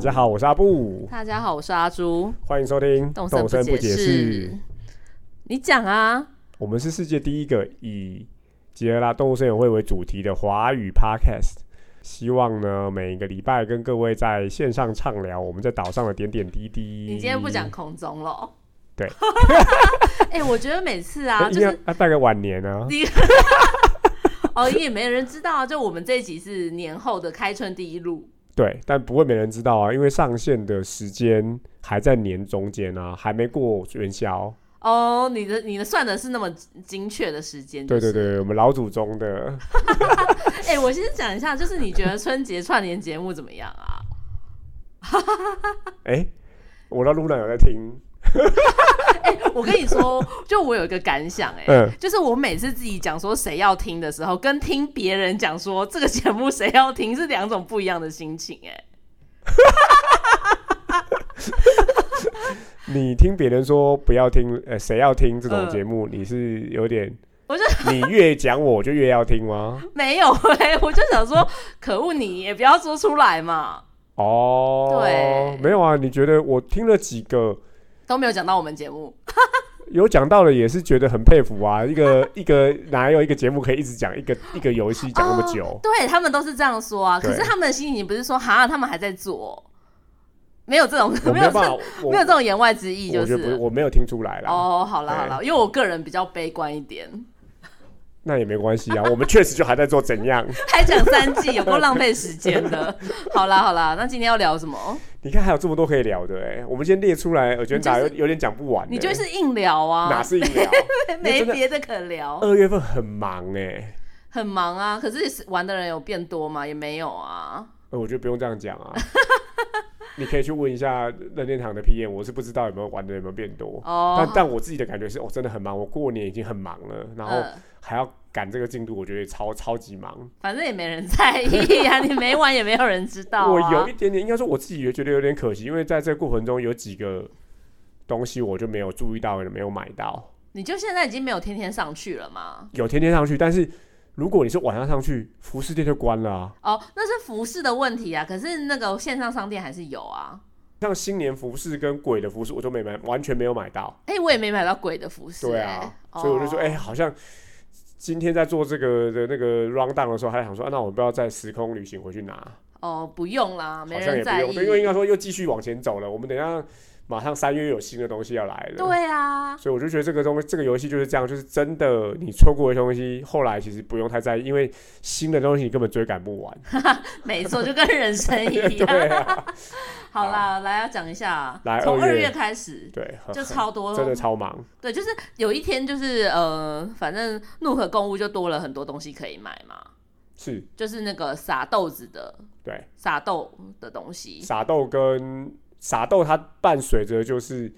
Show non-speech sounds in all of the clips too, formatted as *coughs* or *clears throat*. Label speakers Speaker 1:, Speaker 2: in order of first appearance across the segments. Speaker 1: 家好，我是阿布，
Speaker 2: 大家好，我是阿朱，
Speaker 1: 欢迎收听
Speaker 2: 动森不解释。你讲啊，
Speaker 1: 我们是世界第一个以杰拉动物森友会为主题的华语 Podcast。希望呢，每个礼拜跟各位在线上畅聊我们在岛上的点点滴滴。
Speaker 2: 你今天不讲空中了？
Speaker 1: 对。
Speaker 2: *laughs* 哎、我觉得每次啊，
Speaker 1: 一
Speaker 2: 就
Speaker 1: 定要
Speaker 2: 是
Speaker 1: 要带个晚年啊，
Speaker 2: 你。哦，也没人知道啊，就我们这一集是年后的开春第一录，
Speaker 1: 对，但不会没人知道啊，因为上线的时间还在年中间啊，还没过元宵。
Speaker 2: 哦，你的你的算的是那么精确的时间、
Speaker 1: 对
Speaker 2: 就是，
Speaker 1: 对对，我们老祖宗的，
Speaker 2: 哎、我先讲一下，就是你觉得春节串联节目怎么样啊？
Speaker 1: 哎、我的露娜有在听，
Speaker 2: 哎、我跟你说，就我有一个感想、哎、
Speaker 1: 嗯，
Speaker 2: 就是我每次自己讲说谁要听的时候，跟听别人讲说这个节目谁要听是两种不一样的心情、哎，
Speaker 1: 你听别人说不要听，呃，谁要听这种
Speaker 2: 嗯
Speaker 1: 节目，你是有点，
Speaker 2: 我就
Speaker 1: 你越讲我就越要听
Speaker 2: *laughs*
Speaker 1: 吗？
Speaker 2: 没有哎、我就想说，可恶，你也不要说出来嘛，
Speaker 1: 哦，
Speaker 2: 对
Speaker 1: 没有啊，你觉得我听了几个？
Speaker 2: 都没有讲到我们节目。
Speaker 1: 有讲到的也是觉得很佩服
Speaker 2: *laughs*
Speaker 1: 啊！一个一个哪有一个节目可以一直讲一个一个游戏讲那么久？
Speaker 2: 啊对他们都是这样说啊，可是
Speaker 1: 对
Speaker 2: 他们的心情不是说哈，他们还在做，没有这种，
Speaker 1: 我
Speaker 2: 没
Speaker 1: 没
Speaker 2: 有
Speaker 1: 有
Speaker 2: 这
Speaker 1: 办法，
Speaker 2: 种，
Speaker 1: 我
Speaker 2: 没有这种言外之意，就
Speaker 1: 我
Speaker 2: 是
Speaker 1: 觉得不，我没有听出来啦。
Speaker 2: 哦，好啦
Speaker 1: 对
Speaker 2: 好啦，因为我个人比较悲观一点，
Speaker 1: 那也没关系啊，我们确实就还在做怎
Speaker 2: *laughs*
Speaker 1: 样？
Speaker 2: 还讲三季，有够浪费时间
Speaker 1: *laughs*
Speaker 2: 的。好啦好啦，那今天要聊什么？
Speaker 1: 你看还有这么多可以聊的哎、我们先列出来，我觉得
Speaker 2: 你就
Speaker 1: 打有
Speaker 2: 是
Speaker 1: 有点讲不完、欸。
Speaker 2: 你就是硬聊
Speaker 1: 哪
Speaker 2: 啊，
Speaker 1: 是一
Speaker 2: *laughs*
Speaker 1: 聊？
Speaker 2: 没
Speaker 1: 真的
Speaker 2: 别的可聊，
Speaker 1: 二月份很忙哎、
Speaker 2: 很忙啊。可是玩的人有变多吗？也没有啊。
Speaker 1: 呃我觉得不用这样讲啊。 *laughs* 你可以去问一下任天堂的 PM，我是不知道有没有玩的有没有变多。但
Speaker 2: 哦，
Speaker 1: 但我自己的感觉是，哦，真的很忙。我过年已经很忙了，然后
Speaker 2: 嗯
Speaker 1: 还要赶这个进度，我觉得超超级忙。
Speaker 2: 反正也没人在
Speaker 1: *laughs*
Speaker 2: 意啊，你没玩也没有人知道、啊。
Speaker 1: 我有一点点，应该说我自己也觉得有点可惜，因为在这个过程中有几个东西我就没有注意到，也没有买到。
Speaker 2: 你就现在已经没有天天上去了吗？
Speaker 1: 有天天上去，但是如果你是晚上上去，服饰店就关了、啊。
Speaker 2: 哦，那是服饰的问题啊。可是那个线上商店还是有啊。
Speaker 1: 像新年服饰跟鬼的服饰，我都没买，完全没有买到。
Speaker 2: 哎、我也没买到鬼的服饰、
Speaker 1: 对
Speaker 2: 哎
Speaker 1: 啊，所以我就说，
Speaker 2: 哦
Speaker 1: 哎、好像今天在做这个的那个 round down 的时候，还想说，啊、那我不要再时空旅行回去拿，
Speaker 2: 哦，不用啦，没
Speaker 1: 好像
Speaker 2: 人
Speaker 1: 也不
Speaker 2: 在
Speaker 1: 用，
Speaker 2: 意。
Speaker 1: 对，因为应该说又继续往前走了。我们等一下马上三月有新的东西要来了，，
Speaker 2: 对啊，
Speaker 1: 所以我就觉得这个东西，这个游戏就是这样，就是真的你错过的东西，后来其实不用太在意，因为新的东西你根本追赶不完。
Speaker 2: 没错，就跟人生一样。
Speaker 1: *laughs* 对啊，
Speaker 2: 好啦，来要讲一下啊
Speaker 1: 来，
Speaker 2: 从
Speaker 1: 二
Speaker 2: 二
Speaker 1: 月
Speaker 2: 月开始 *laughs*
Speaker 1: 对，很
Speaker 2: 就超多，
Speaker 1: 真的超忙，
Speaker 2: 对，就是有一天就是呃，反正怒和购物就多了很多东西可以买嘛，
Speaker 1: 是
Speaker 2: 就是那个撒豆子的
Speaker 1: 对。
Speaker 2: 撒豆的东西，
Speaker 1: 傻豆跟傻豆，它伴随着就是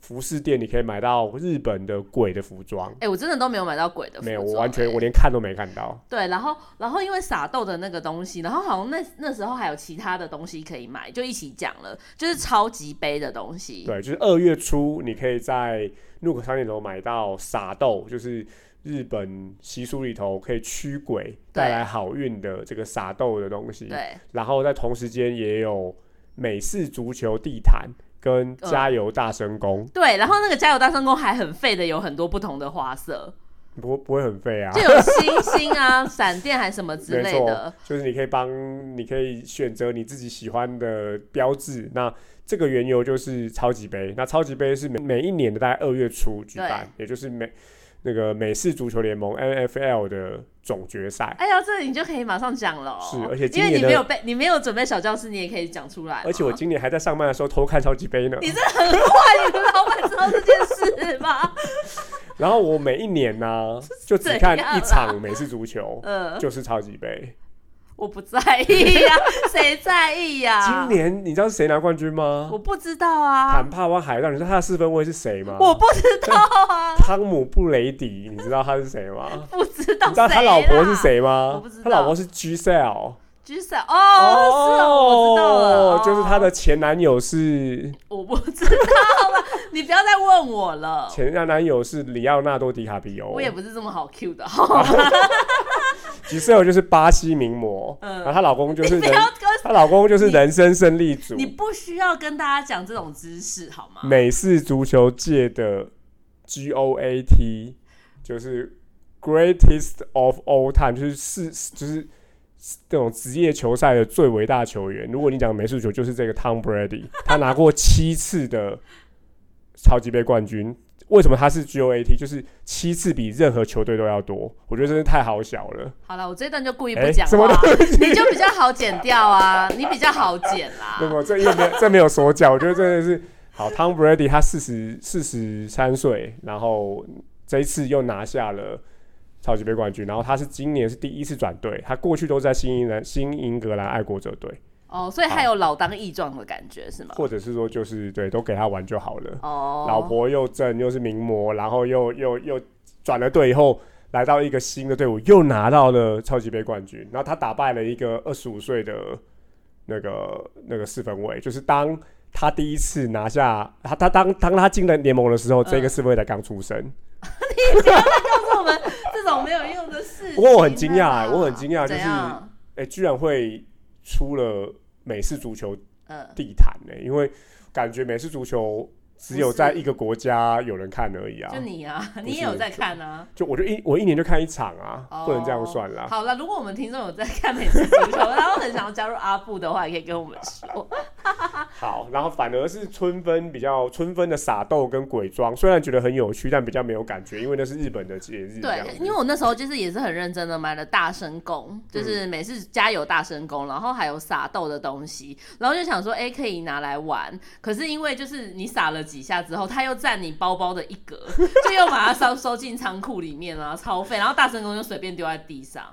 Speaker 1: 服饰店，你可以买到日本的鬼的服装。
Speaker 2: 哎、我真的都没有买到鬼的服装、
Speaker 1: 没有，我完全
Speaker 2: 哎
Speaker 1: 我连看都没看到。
Speaker 2: 对，然后然后因为撒豆的那个东西，然后好像那那时候还有其他的东西可以买，就一起讲了，就是超级杯的东西，
Speaker 1: 对，就是二月初，你可以在 Nook 商店头买到傻豆，就是日本习俗里头可以驱鬼、带来好运的这个傻豆的东西。
Speaker 2: 对
Speaker 1: 然后在同时间也有美式足球地毯
Speaker 2: 嗯
Speaker 1: 跟加油大神功，
Speaker 2: 对，然后那个加油大声公还很废的，有很多不同的花色，
Speaker 1: 不不会很费啊
Speaker 2: *laughs* 就。有星星
Speaker 1: *laughs*
Speaker 2: 啊、闪电还什么之
Speaker 1: 没
Speaker 2: 类
Speaker 1: 错，
Speaker 2: 的。
Speaker 1: 就是你可以帮，你可以选择你自己喜欢的标志。那这个缘由就是超级杯，那超级杯是每每一年的大概二月初举办，也就是美那个美式足球联盟 N F L 的总决赛。
Speaker 2: 哎呀，这你就可以马上讲了哦、
Speaker 1: 是而且今
Speaker 2: 因为
Speaker 1: 年
Speaker 2: 你
Speaker 1: 的
Speaker 2: 没有被，你没有准备小教室，你也可以讲出来嘛。
Speaker 1: 而且我今年还在上班的时候偷看超级杯呢。
Speaker 2: 你这很坏，你们 *laughs* 老板知道这件事吗？ *laughs*
Speaker 1: 然后我每一年呢、就只
Speaker 2: 怎
Speaker 1: 看
Speaker 2: 样
Speaker 1: 一
Speaker 2: 啊
Speaker 1: 场美式足球，
Speaker 2: 呃，
Speaker 1: 就是超级
Speaker 2: *laughs*
Speaker 1: 杯。
Speaker 2: 我不在意
Speaker 1: *laughs*
Speaker 2: 呀、谁在意呀、
Speaker 1: 今年你知道是谁拿冠军吗
Speaker 2: 啊我？不知道啊
Speaker 1: 坦，帕湾海盗，你知道他的四分卫是谁吗？
Speaker 2: 我不知道啊，
Speaker 1: 汤姆布雷迪，你知道他是谁吗？
Speaker 2: 不知道
Speaker 1: 你知道他
Speaker 2: 谁
Speaker 1: 老婆
Speaker 2: 啦
Speaker 1: 是？谁吗
Speaker 2: 我不知？
Speaker 1: 他
Speaker 2: 道
Speaker 1: 老婆是 Giselle，
Speaker 2: 橘色哦，是哦，我知道了，哦
Speaker 1: 就是她的，前男友是
Speaker 2: 我不知道了， *laughs* 你不要再问我了，
Speaker 1: 前男友是里奥纳多·迪卡比欧
Speaker 2: 哦我，也不是这么好 Q
Speaker 1: *laughs*
Speaker 2: 的，
Speaker 1: 哦
Speaker 2: *laughs*
Speaker 1: 吉塞尔就是巴西名模，
Speaker 2: 嗯
Speaker 1: 然后她老公就是
Speaker 2: 不
Speaker 1: 人，
Speaker 2: 要跟
Speaker 1: 她老公就是人生胜利组，
Speaker 2: 你不需要跟大家讲这种知识好吗？
Speaker 1: 美式足球界的 GOAT，就是 Greatest of All Time，就是是就是这种职业球赛的最伟大球员。如果你讲美式足球，就是这个 Tom Brady，他拿过七次的超级杯冠军。为什么他是 GOAT？就是七次比任何球队都要多，我觉得真是太好小了。
Speaker 2: 好了，我这段就故意不
Speaker 1: 哎
Speaker 2: 讲
Speaker 1: 什么
Speaker 2: 话， *laughs* 你就比较好剪掉啊， *laughs* 你比较好剪啦
Speaker 1: 那。么这又没有这没有手脚，我觉得真的是好。Tom Brady 他四十四十三岁，然后这一次又拿下了超级杯冠军，然后他是今年是第一次转队，他过去都在新英兰新英格兰爱国者队，
Speaker 2: 哦，所以还有老当益壮的感觉是吗？
Speaker 1: 或者是说就是对都给他玩就好了。
Speaker 2: 哦，
Speaker 1: 老婆又正又是名模，然后又又又转了队以后。来到一个新的队伍，又拿到了超级杯冠军，然后他打败了一个二十五岁的那个那个四分卫，就是当他第一次拿下他他当当他进了联盟的时候，
Speaker 2: 嗯
Speaker 1: 这个四分卫才刚出生。
Speaker 2: 告诉我们这种没有用的事情啊。哦
Speaker 1: 不过我很惊讶哎我很惊讶就是
Speaker 2: 怎样
Speaker 1: 哎、居然会出了美式足球
Speaker 2: 嗯，
Speaker 1: 地毯呢、因为感觉美式足球只有
Speaker 2: 不是
Speaker 1: 在一个国家有人看而已啊
Speaker 2: 就。你啊，
Speaker 1: 是
Speaker 2: 你也有在看啊。
Speaker 1: 就我就一我一年就看一场啊，
Speaker 2: 哦
Speaker 1: 不能这样算啦。
Speaker 2: 好了，如果我们听众有在看美式足球，然后很想要加入阿布的话，也可以跟我们说。
Speaker 1: 好，然后反而是春分比较春分的撒豆跟鬼庄，虽然觉得很有趣，但比较没有感觉，因为那是日本的节日。这样
Speaker 2: 对，
Speaker 1: 子
Speaker 2: 因为我那时候就是也是很认真的买了大声公，嗯就是美式加油大声公，然后还有撒豆的东西，然后就想说，哎、可以拿来玩。可是因为就是你撒了几下之后，它又占你包包的一格， *laughs* 就又把它收收进仓库里面啊，超费。然后大声公就随便丢在地 *laughs* 上，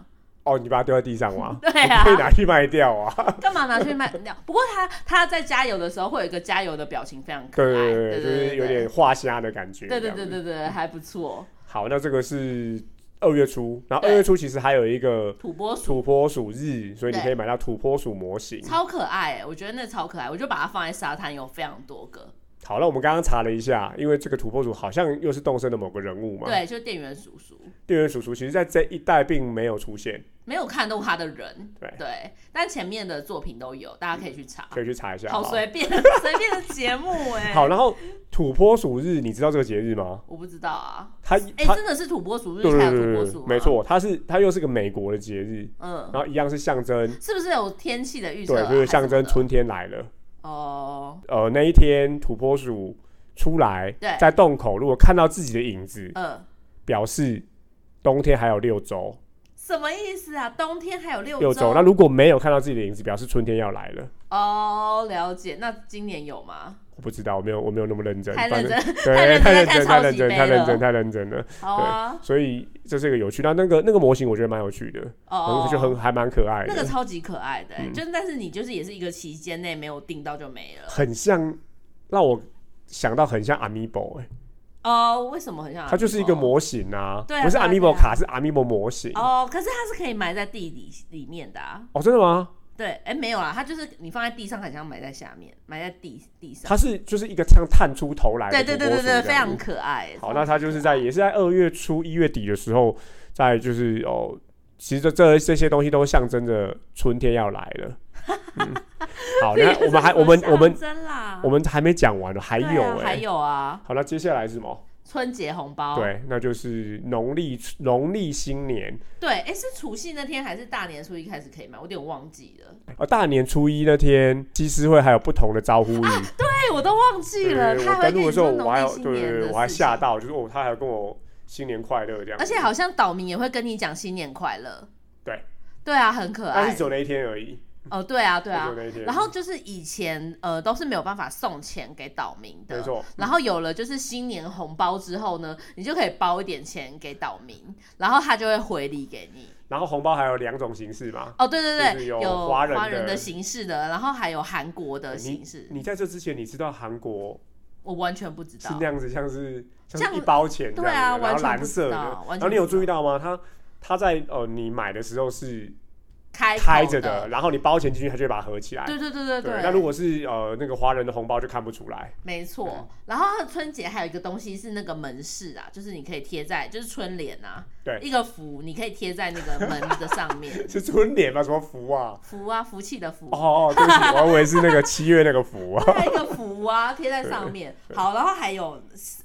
Speaker 1: 哦，你把它丢在地上吗？
Speaker 2: 对
Speaker 1: 你可以
Speaker 2: 啊，
Speaker 1: 拿去卖掉啊。
Speaker 2: 干嘛拿去卖掉？不过他他在加油的时候会有一个加油的表情，非常可
Speaker 1: 对
Speaker 2: 爱，
Speaker 1: 对对，
Speaker 2: 对
Speaker 1: 就是有点画虾的感觉。
Speaker 2: 对对
Speaker 1: 这样子
Speaker 2: 对对对，还不错。
Speaker 1: 好，那这个是二月初，然后二
Speaker 2: 对
Speaker 1: 月初其实还有一个
Speaker 2: 土拨鼠
Speaker 1: 土拨鼠日，所以你
Speaker 2: 对
Speaker 1: 可以买到土拨鼠模型。
Speaker 2: 超可爱、欸我觉得那超可爱，我就把它放在沙滩，有非常多个。
Speaker 1: 好，那我们刚刚查了一下，因为这个土拨鼠好像又是动森的某个人物嘛。，
Speaker 2: 对，就是店员叔叔
Speaker 1: 店员叔叔其实在这一代并没有出现，
Speaker 2: 没有看到他的人，
Speaker 1: 对
Speaker 2: 但前面的作品都有，大家可以去查。
Speaker 1: 可以去查一下。
Speaker 2: 好随便 *laughs* 随便的节目哎、
Speaker 1: 好，然后土拨鼠日，你知道这个节日吗？
Speaker 2: 我不知道啊，
Speaker 1: 它
Speaker 2: 哎、
Speaker 1: 它
Speaker 2: 真的是土拨鼠日
Speaker 1: 对对
Speaker 2: 才有
Speaker 1: 对
Speaker 2: 土拨
Speaker 1: 对
Speaker 2: 鼠
Speaker 1: 对，
Speaker 2: 吗
Speaker 1: 没，错，它是它又是个美国的节日，
Speaker 2: 嗯
Speaker 1: 然，后一样是象征，
Speaker 2: 是不是有天气的预测、
Speaker 1: 对
Speaker 2: 啊？，
Speaker 1: 就是象征
Speaker 2: 还是什么
Speaker 1: 春天来了。
Speaker 2: 的哦，
Speaker 1: 呃那一天土拨鼠出来
Speaker 2: 对，
Speaker 1: 在洞口如果看到自己的影子，
Speaker 2: 嗯，
Speaker 1: 表示冬天还有六周，
Speaker 2: 什么意思啊？冬天还有六
Speaker 1: 六周。那如果没有看到自己的影子，表示春天要来了。
Speaker 2: 哦，了解。那今年有吗？
Speaker 1: 我不知道，我没有，我没有那么认真，
Speaker 2: 太认真 *laughs*
Speaker 1: 反正，对，
Speaker 2: 太
Speaker 1: 太认
Speaker 2: 认真
Speaker 1: 真，
Speaker 2: 在
Speaker 1: 太认真，
Speaker 2: 看超级杯
Speaker 1: 太认真，
Speaker 2: 了
Speaker 1: 太认真了。
Speaker 2: 好啊，
Speaker 1: 所以这是一个有趣，那那个那个模型我觉得蛮有趣的，
Speaker 2: 哦
Speaker 1: 我，就很还蛮可爱
Speaker 2: 那个
Speaker 1: 的，
Speaker 2: 超级可爱的、欸，
Speaker 1: 嗯
Speaker 2: 就但是你就是也是一个期间内没有订到就没了。
Speaker 1: 很像让我想到很像 Amiibo，哎，
Speaker 2: 哦，为什么很像？
Speaker 1: 它就是一个。模型啊，
Speaker 2: 对啊
Speaker 1: 不是
Speaker 2: 对啊
Speaker 1: Amiibo
Speaker 2: 对啊
Speaker 1: 卡，是 Amiibo 模型。
Speaker 2: 哦，可是它是可以埋在地里里面的啊。
Speaker 1: 哦，真的吗？
Speaker 2: 对，哎、没有啦，它就是你放在地上，很像埋在下面，埋在地地上。
Speaker 1: 它是就是一个像探出头来的
Speaker 2: 对对对
Speaker 1: 土拨
Speaker 2: 对
Speaker 1: 鼠
Speaker 2: 对，
Speaker 1: 这
Speaker 2: 非
Speaker 1: 样
Speaker 2: 常
Speaker 1: 子
Speaker 2: 可爱欸。
Speaker 1: 好。
Speaker 2: 超
Speaker 1: 那它
Speaker 2: 级
Speaker 1: 就是
Speaker 2: 可爱
Speaker 1: 在也是在二月初一月底的时候，在就是哦，其实这这这些东西都象征着春天要来
Speaker 2: *laughs*
Speaker 1: 了。嗯、好，
Speaker 2: 这也
Speaker 1: 那
Speaker 2: *laughs* 是
Speaker 1: 我们还
Speaker 2: 什
Speaker 1: 我
Speaker 2: 么
Speaker 1: 们我们
Speaker 2: 象征啦，
Speaker 1: 我们还没讲完呢，还
Speaker 2: 对啊
Speaker 1: 有哎、
Speaker 2: 还有啊，
Speaker 1: 好，那接下来是什么？
Speaker 2: 春节红包。
Speaker 1: 对，那就是农历农历新年，
Speaker 2: 对，哎、是除夕那天还是大年初一开始可以买？我有点忘记了。
Speaker 1: 呃，大年初一那天，西施会还有不同的招呼语。
Speaker 2: 哎、我都忘记
Speaker 1: 对
Speaker 2: 了。
Speaker 1: 对对我
Speaker 2: 他还会
Speaker 1: 登
Speaker 2: 跟
Speaker 1: 录
Speaker 2: 你
Speaker 1: 的时候，
Speaker 2: 说
Speaker 1: 我
Speaker 2: 农
Speaker 1: 还
Speaker 2: 历
Speaker 1: 有
Speaker 2: 新
Speaker 1: 对
Speaker 2: 年
Speaker 1: 对
Speaker 2: 的
Speaker 1: 对，我还
Speaker 2: 事
Speaker 1: 吓
Speaker 2: 情
Speaker 1: 到，就是哦，他还要跟我新年快乐这样子。
Speaker 2: 而且好像岛民也会跟你讲新年快乐。
Speaker 1: 对。
Speaker 2: 对啊，很可
Speaker 1: 但是
Speaker 2: 爱
Speaker 1: 只。有那一天而已。
Speaker 2: 哦，对啊，对啊
Speaker 1: 就。那一天。
Speaker 2: 然后就是以前呃都是没有办法送钱给岛民
Speaker 1: 没
Speaker 2: 的。
Speaker 1: 错，
Speaker 2: 然后有了就是新年红包之后呢，你就可以包一点钱给岛民，然后他就会回礼给你。
Speaker 1: 然后红包还有两种形式嘛。
Speaker 2: 哦，对对
Speaker 1: 就
Speaker 2: 对，
Speaker 1: 是有
Speaker 2: 华
Speaker 1: 华人的
Speaker 2: 的形式的，然后还有韩国的呃形式，
Speaker 1: 你在这之前，你知道韩国
Speaker 2: 我完全不知
Speaker 1: 是
Speaker 2: 道
Speaker 1: 那。样子，像是像
Speaker 2: 像
Speaker 1: 是一包钱这
Speaker 2: 对啊
Speaker 1: 样子，然
Speaker 2: 完
Speaker 1: 后
Speaker 2: 全
Speaker 1: 蓝
Speaker 2: 不知
Speaker 1: 色的
Speaker 2: 道
Speaker 1: 然
Speaker 2: 完。全
Speaker 1: 哦后你
Speaker 2: 不
Speaker 1: 有
Speaker 2: 知
Speaker 1: 注意到吗？它它在呃你买的时候是
Speaker 2: 开
Speaker 1: 开
Speaker 2: 开
Speaker 1: 着的，，然后你包钱进去，它就会把它合起来。
Speaker 2: 对对对对
Speaker 1: 那如果是呃那个华人的红包就看不出来。
Speaker 2: 没
Speaker 1: 嗯
Speaker 2: 错。然后它的春节还有一个东西是那个门饰啊，就是你可以贴在，就是春联啊，
Speaker 1: 对，
Speaker 2: 一个符你可以贴在那个门的上面
Speaker 1: *laughs* 是春联吧？什么福啊？
Speaker 2: 福啊，福气的福。
Speaker 1: 哦哦，对不起，我还以为是那个七月那个福啊。
Speaker 2: 还有一个
Speaker 1: *laughs*
Speaker 2: 符啊，贴在上面。好，然后还有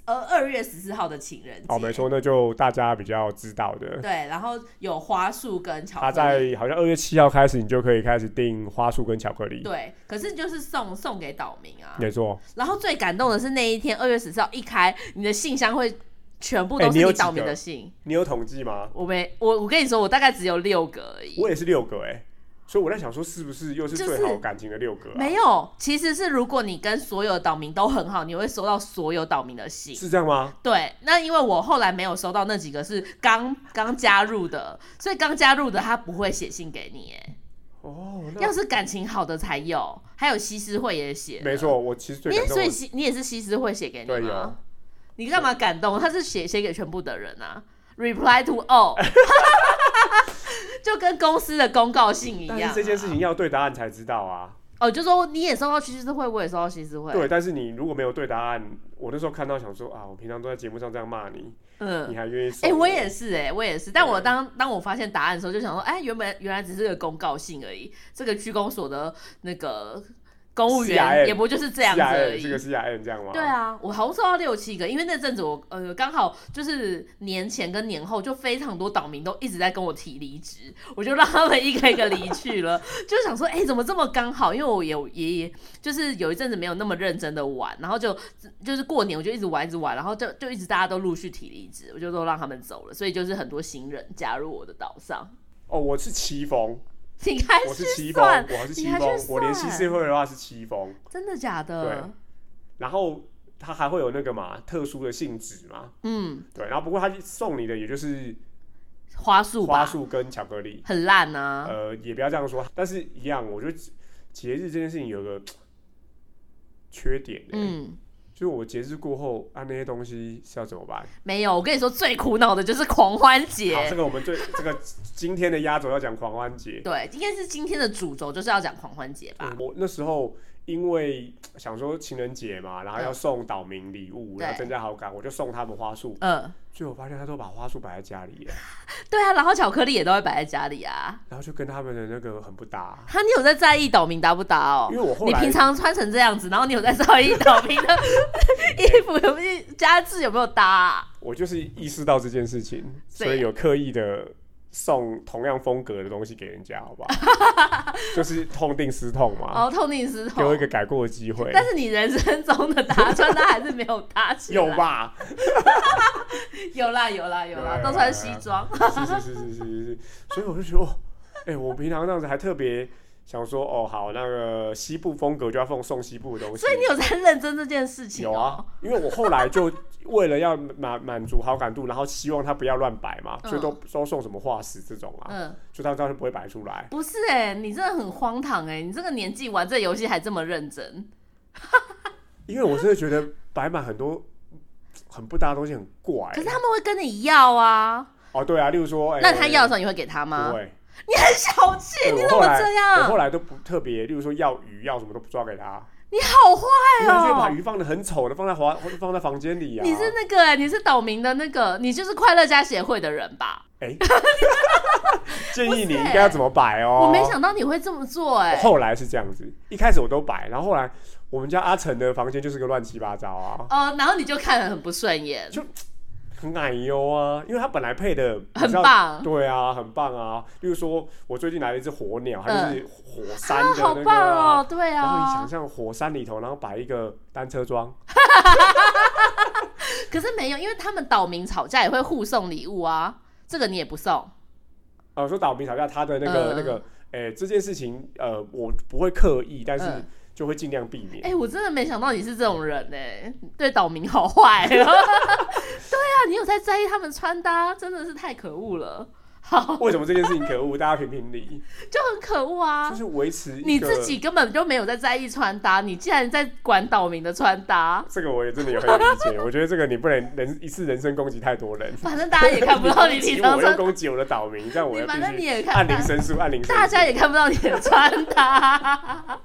Speaker 2: 呃二月十四号的情人节，
Speaker 1: 哦，没错，那就大家比较知道的。
Speaker 2: 对，然后有花束跟巧
Speaker 1: 它
Speaker 2: 克力，
Speaker 1: 在好像二月七号开始，你就可以开始订花束跟巧克力。
Speaker 2: 对，可是就是送送给岛民啊。
Speaker 1: 没错，
Speaker 2: 然后最感动的是那一天，二月十四号一开，你的信箱会全部
Speaker 1: 哎
Speaker 2: 都
Speaker 1: 你
Speaker 2: 是
Speaker 1: 有
Speaker 2: 你
Speaker 1: 几
Speaker 2: 岛民
Speaker 1: 个
Speaker 2: 的信。
Speaker 1: 你有统计吗？
Speaker 2: 我没，我我跟你说，我大概只有六个而已。
Speaker 1: 我也是六个哎、所以我在想说，是不是又是
Speaker 2: 就是
Speaker 1: 最好感情的六个、啊？
Speaker 2: 没有，其实是如果你跟所有岛民都很好，你会收到所有岛民的信。
Speaker 1: 是这样吗？
Speaker 2: 对，那因为我后来没有收到那几个是刚刚加入的，所以刚加入的他不会写信给你，哎，
Speaker 1: 哦，那
Speaker 2: 要是感情好的才有，还有西施会也写，
Speaker 1: 没，错，我其实最
Speaker 2: 你
Speaker 1: 感
Speaker 2: 也
Speaker 1: 动
Speaker 2: 所
Speaker 1: 的
Speaker 2: 以
Speaker 1: 是，
Speaker 2: 西你也是西施会写给你
Speaker 1: 对
Speaker 2: 吗？你干嘛感动？他是写写给全部的人啊，reply to all，就跟公司的公告信一样、啊
Speaker 1: 但是这件事情要对答案才知道啊。
Speaker 2: 哦，就说你也收到西施会，我也收到西施会，
Speaker 1: 对，但是你如果没有对答案，我那时候看到想说啊，我平常都在节目上这样骂你，
Speaker 2: 嗯
Speaker 1: 你。还愿意？
Speaker 2: 哎、我也是、哎，我也是。但我
Speaker 1: 对
Speaker 2: 当当我发现答案的时候，就想说，哎、原本原来只是个公告信而已。这个区公所的那个公务
Speaker 1: CRM
Speaker 2: 员也不就是这
Speaker 1: 这
Speaker 2: 样子而
Speaker 1: n
Speaker 2: 已。
Speaker 1: 这个 C I N 这样吗？
Speaker 2: 对啊，我好像收到六七个，因为那阵子我呃刚好就是年前跟年后就非常多岛民都一直在跟我提离职，我就让他们一个一个离去了，就想说哎、怎么这么刚好？因为我有也也就是有一阵子没有那么认真的玩，然后就就是过年我就一直玩一直玩，然后就就一直大家都陆续提离职，我就都让他们走了，所以就是很多新人加入我的岛上，
Speaker 1: 哦，我是棋逢，
Speaker 2: 你开
Speaker 1: 我
Speaker 2: 始
Speaker 1: 是棋逢，
Speaker 2: 算
Speaker 1: 我是棋
Speaker 2: 你还去
Speaker 1: 逢，我连西
Speaker 2: 算
Speaker 1: 施会的话是棋逢，
Speaker 2: 真的假的
Speaker 1: 对？然后它还会有那个嘛特殊的性质嘛，
Speaker 2: 嗯，
Speaker 1: 对，然后不过它送你的也就是
Speaker 2: 花束
Speaker 1: 花
Speaker 2: 吧，
Speaker 1: 束跟巧克力，
Speaker 2: 很烂啊。
Speaker 1: 呃，也不要这样说，但是一样，我觉得节日这件事情有个缺点、欸，
Speaker 2: 嗯，
Speaker 1: 就是我节日过后啊那些东西是要怎么办？
Speaker 2: 没有，我跟你说，最苦恼的就是狂欢
Speaker 1: 好，这
Speaker 2: 节。
Speaker 1: 个我们最这个今天的压轴要讲狂欢节，
Speaker 2: 对，应该是今天的主轴就是要讲狂欢节吧。
Speaker 1: 我那时候因为想说情人节嘛，然后要
Speaker 2: 嗯
Speaker 1: 送岛民礼物，然后
Speaker 2: 对
Speaker 1: 增加好感，我就送他们花束。
Speaker 2: 嗯、
Speaker 1: 最后我发现他都把花束摆在家里耶，
Speaker 2: 对啊，然后巧克力也都会摆在家里啊。
Speaker 1: 然后就跟他们的那个很不搭。
Speaker 2: 他，你有在在意岛民搭不搭哦
Speaker 1: 因？为我后
Speaker 2: 你
Speaker 1: 来
Speaker 2: 平常穿成这样子，然后你有在在意岛民的 *laughs* 衣服有没有家制有没有搭、啊？
Speaker 1: 我就是意识到这件事情，
Speaker 2: 对
Speaker 1: 所以有刻意的送同样风格的东西给人家，好不好？
Speaker 2: *laughs*
Speaker 1: 就是痛定思痛嘛，
Speaker 2: 哦，痛定思
Speaker 1: 给我
Speaker 2: 痛
Speaker 1: 一。个改过的机会，
Speaker 2: 但是你人生中的搭穿搭还是没有搭起
Speaker 1: *laughs*
Speaker 2: 来。
Speaker 1: 有？吧？
Speaker 2: 有啦，有啦，有
Speaker 1: 有啦
Speaker 2: 啦，
Speaker 1: 有啦
Speaker 2: 都穿西装。
Speaker 1: 是是是是是是，所以我就觉得，哦哎、我平常这样子还特别想说，哦，好，那个西部风格就要送送西部的东西，
Speaker 2: 所以你有在认真这件事情、哦。
Speaker 1: 有啊，因为我后来就为了要满满足好感度，然后希望他不要乱摆嘛，
Speaker 2: 嗯
Speaker 1: 所以都都送什么化石这种啊，
Speaker 2: 嗯。
Speaker 1: 就他当然不会摆出来。
Speaker 2: 不是哎、你真的很荒唐哎、你这个年纪玩这游戏还这么认真，
Speaker 1: 因为我真的觉得摆满很多很不搭的东西很怪、
Speaker 2: 可是他们会跟你要啊，
Speaker 1: 哦，对啊，例如哎说，哎、
Speaker 2: 那他要的时候你会给他吗
Speaker 1: 不？会，
Speaker 2: 你很小气，
Speaker 1: 对
Speaker 2: 你
Speaker 1: 我
Speaker 2: 怎
Speaker 1: 后
Speaker 2: 么
Speaker 1: 来
Speaker 2: 这
Speaker 1: 我
Speaker 2: 样
Speaker 1: 后？来都不特别，例如说要鱼要什么都不抓给他，
Speaker 2: 你好坏
Speaker 1: 因为就把
Speaker 2: 哦、
Speaker 1: 鱼放的很丑的放在华 *laughs* 放在房间里啊。
Speaker 2: 你是那个哎、你是岛民的那个，你就是快乐家协会的人吧？
Speaker 1: 哎 *laughs* 建议
Speaker 2: 不
Speaker 1: 你
Speaker 2: 是
Speaker 1: 应该要怎么摆哦？
Speaker 2: 我没想到你会这么做哎、
Speaker 1: 我后来是这样子，一开始我都摆，然后后来我们家阿成的房间就是个乱七八糟啊，
Speaker 2: 哦、然后你就看得很不顺眼，
Speaker 1: 很奶油啊，因为他本来配的
Speaker 2: 很，棒
Speaker 1: 你知道对啊，很棒啊。例如说，我最近来了一只火鸟，它就是火山
Speaker 2: 嗯啊，
Speaker 1: 的
Speaker 2: 好
Speaker 1: 那个、
Speaker 2: 棒哦、
Speaker 1: 啊。
Speaker 2: 对
Speaker 1: 然后你想
Speaker 2: 啊，
Speaker 1: 象火山里头，然后摆一个单车桩，
Speaker 2: 可是没有，因为他们岛民吵架也会互送礼物啊，这个你也不送，
Speaker 1: 啊、说岛民吵架，他的那个、
Speaker 2: 嗯
Speaker 1: 那个，哎、这件事情，呃，我不会刻意，但是
Speaker 2: 嗯
Speaker 1: 就会尽量避免。
Speaker 2: 哎、我真的没想到你是这种人哎、对岛民好哦 *laughs* 坏。对啊，你有在在意他们穿搭，真的是太可恶了。好，
Speaker 1: 为什么这件事情可恶？大家评评理，
Speaker 2: 就很可恶啊
Speaker 1: 就！是维持一个
Speaker 2: 你自己根本就没有在在意穿搭，你既然在管岛民的穿搭，
Speaker 1: 这个我也真的也很有意见，我觉得这个你不能人一次人身攻击太多人，
Speaker 2: 反正大家也看不
Speaker 1: *laughs*
Speaker 2: 到你
Speaker 1: 攻
Speaker 2: 平
Speaker 1: 击
Speaker 2: 常
Speaker 1: 我又
Speaker 2: 穿，
Speaker 1: 攻击我的岛民，这样我
Speaker 2: 你
Speaker 1: 要
Speaker 2: 反正
Speaker 1: 必
Speaker 2: 你
Speaker 1: 须
Speaker 2: 也看
Speaker 1: 按
Speaker 2: 不
Speaker 1: 铃
Speaker 2: 到，
Speaker 1: 申诉，按铃申诉。
Speaker 2: 大家也看不到你的穿
Speaker 1: *laughs*
Speaker 2: 搭。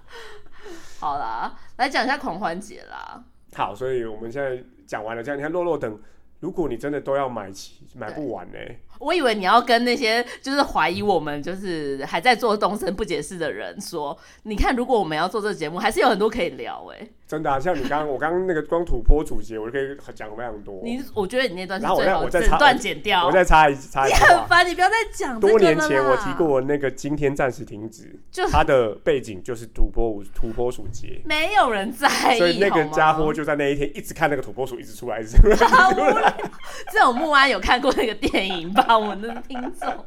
Speaker 2: 好啦，来讲一下狂欢节啦。
Speaker 1: 好，所以我们现在讲完了，这样你看肉肉等，如果你真的都要买齐，买不完呢、
Speaker 2: 我以为你要跟那些就是怀疑我们就是还在做东森不解释的人说，你看如果我们要做这个节目，还是有很多可以聊哎、
Speaker 1: 真的啊，像你刚刚我刚刚那个光土坡主节，我就可以讲非常多。
Speaker 2: 你我觉得你那段是
Speaker 1: 然后我
Speaker 2: 最
Speaker 1: 再
Speaker 2: 好
Speaker 1: 我再
Speaker 2: 整
Speaker 1: 插
Speaker 2: 段剪掉
Speaker 1: 我。再插一插一
Speaker 2: 你
Speaker 1: 句
Speaker 2: 很
Speaker 1: 话，
Speaker 2: 烦，你不要再讲哦这个
Speaker 1: 多
Speaker 2: 了
Speaker 1: 年
Speaker 2: 啦
Speaker 1: 前我提，过那个今天暂时停止
Speaker 2: 就，
Speaker 1: 它的背景就是土坡舞土坡鼠节。
Speaker 2: 没有人在哎意，
Speaker 1: 所以那个家
Speaker 2: 好
Speaker 1: 伙
Speaker 2: 吗
Speaker 1: 就在那一天一直看那个土拨鼠，一直出来，一直出来。
Speaker 2: *laughs* 好
Speaker 1: *laughs*
Speaker 2: 无聊。这种木安有看过那个电影吧？我们的听众。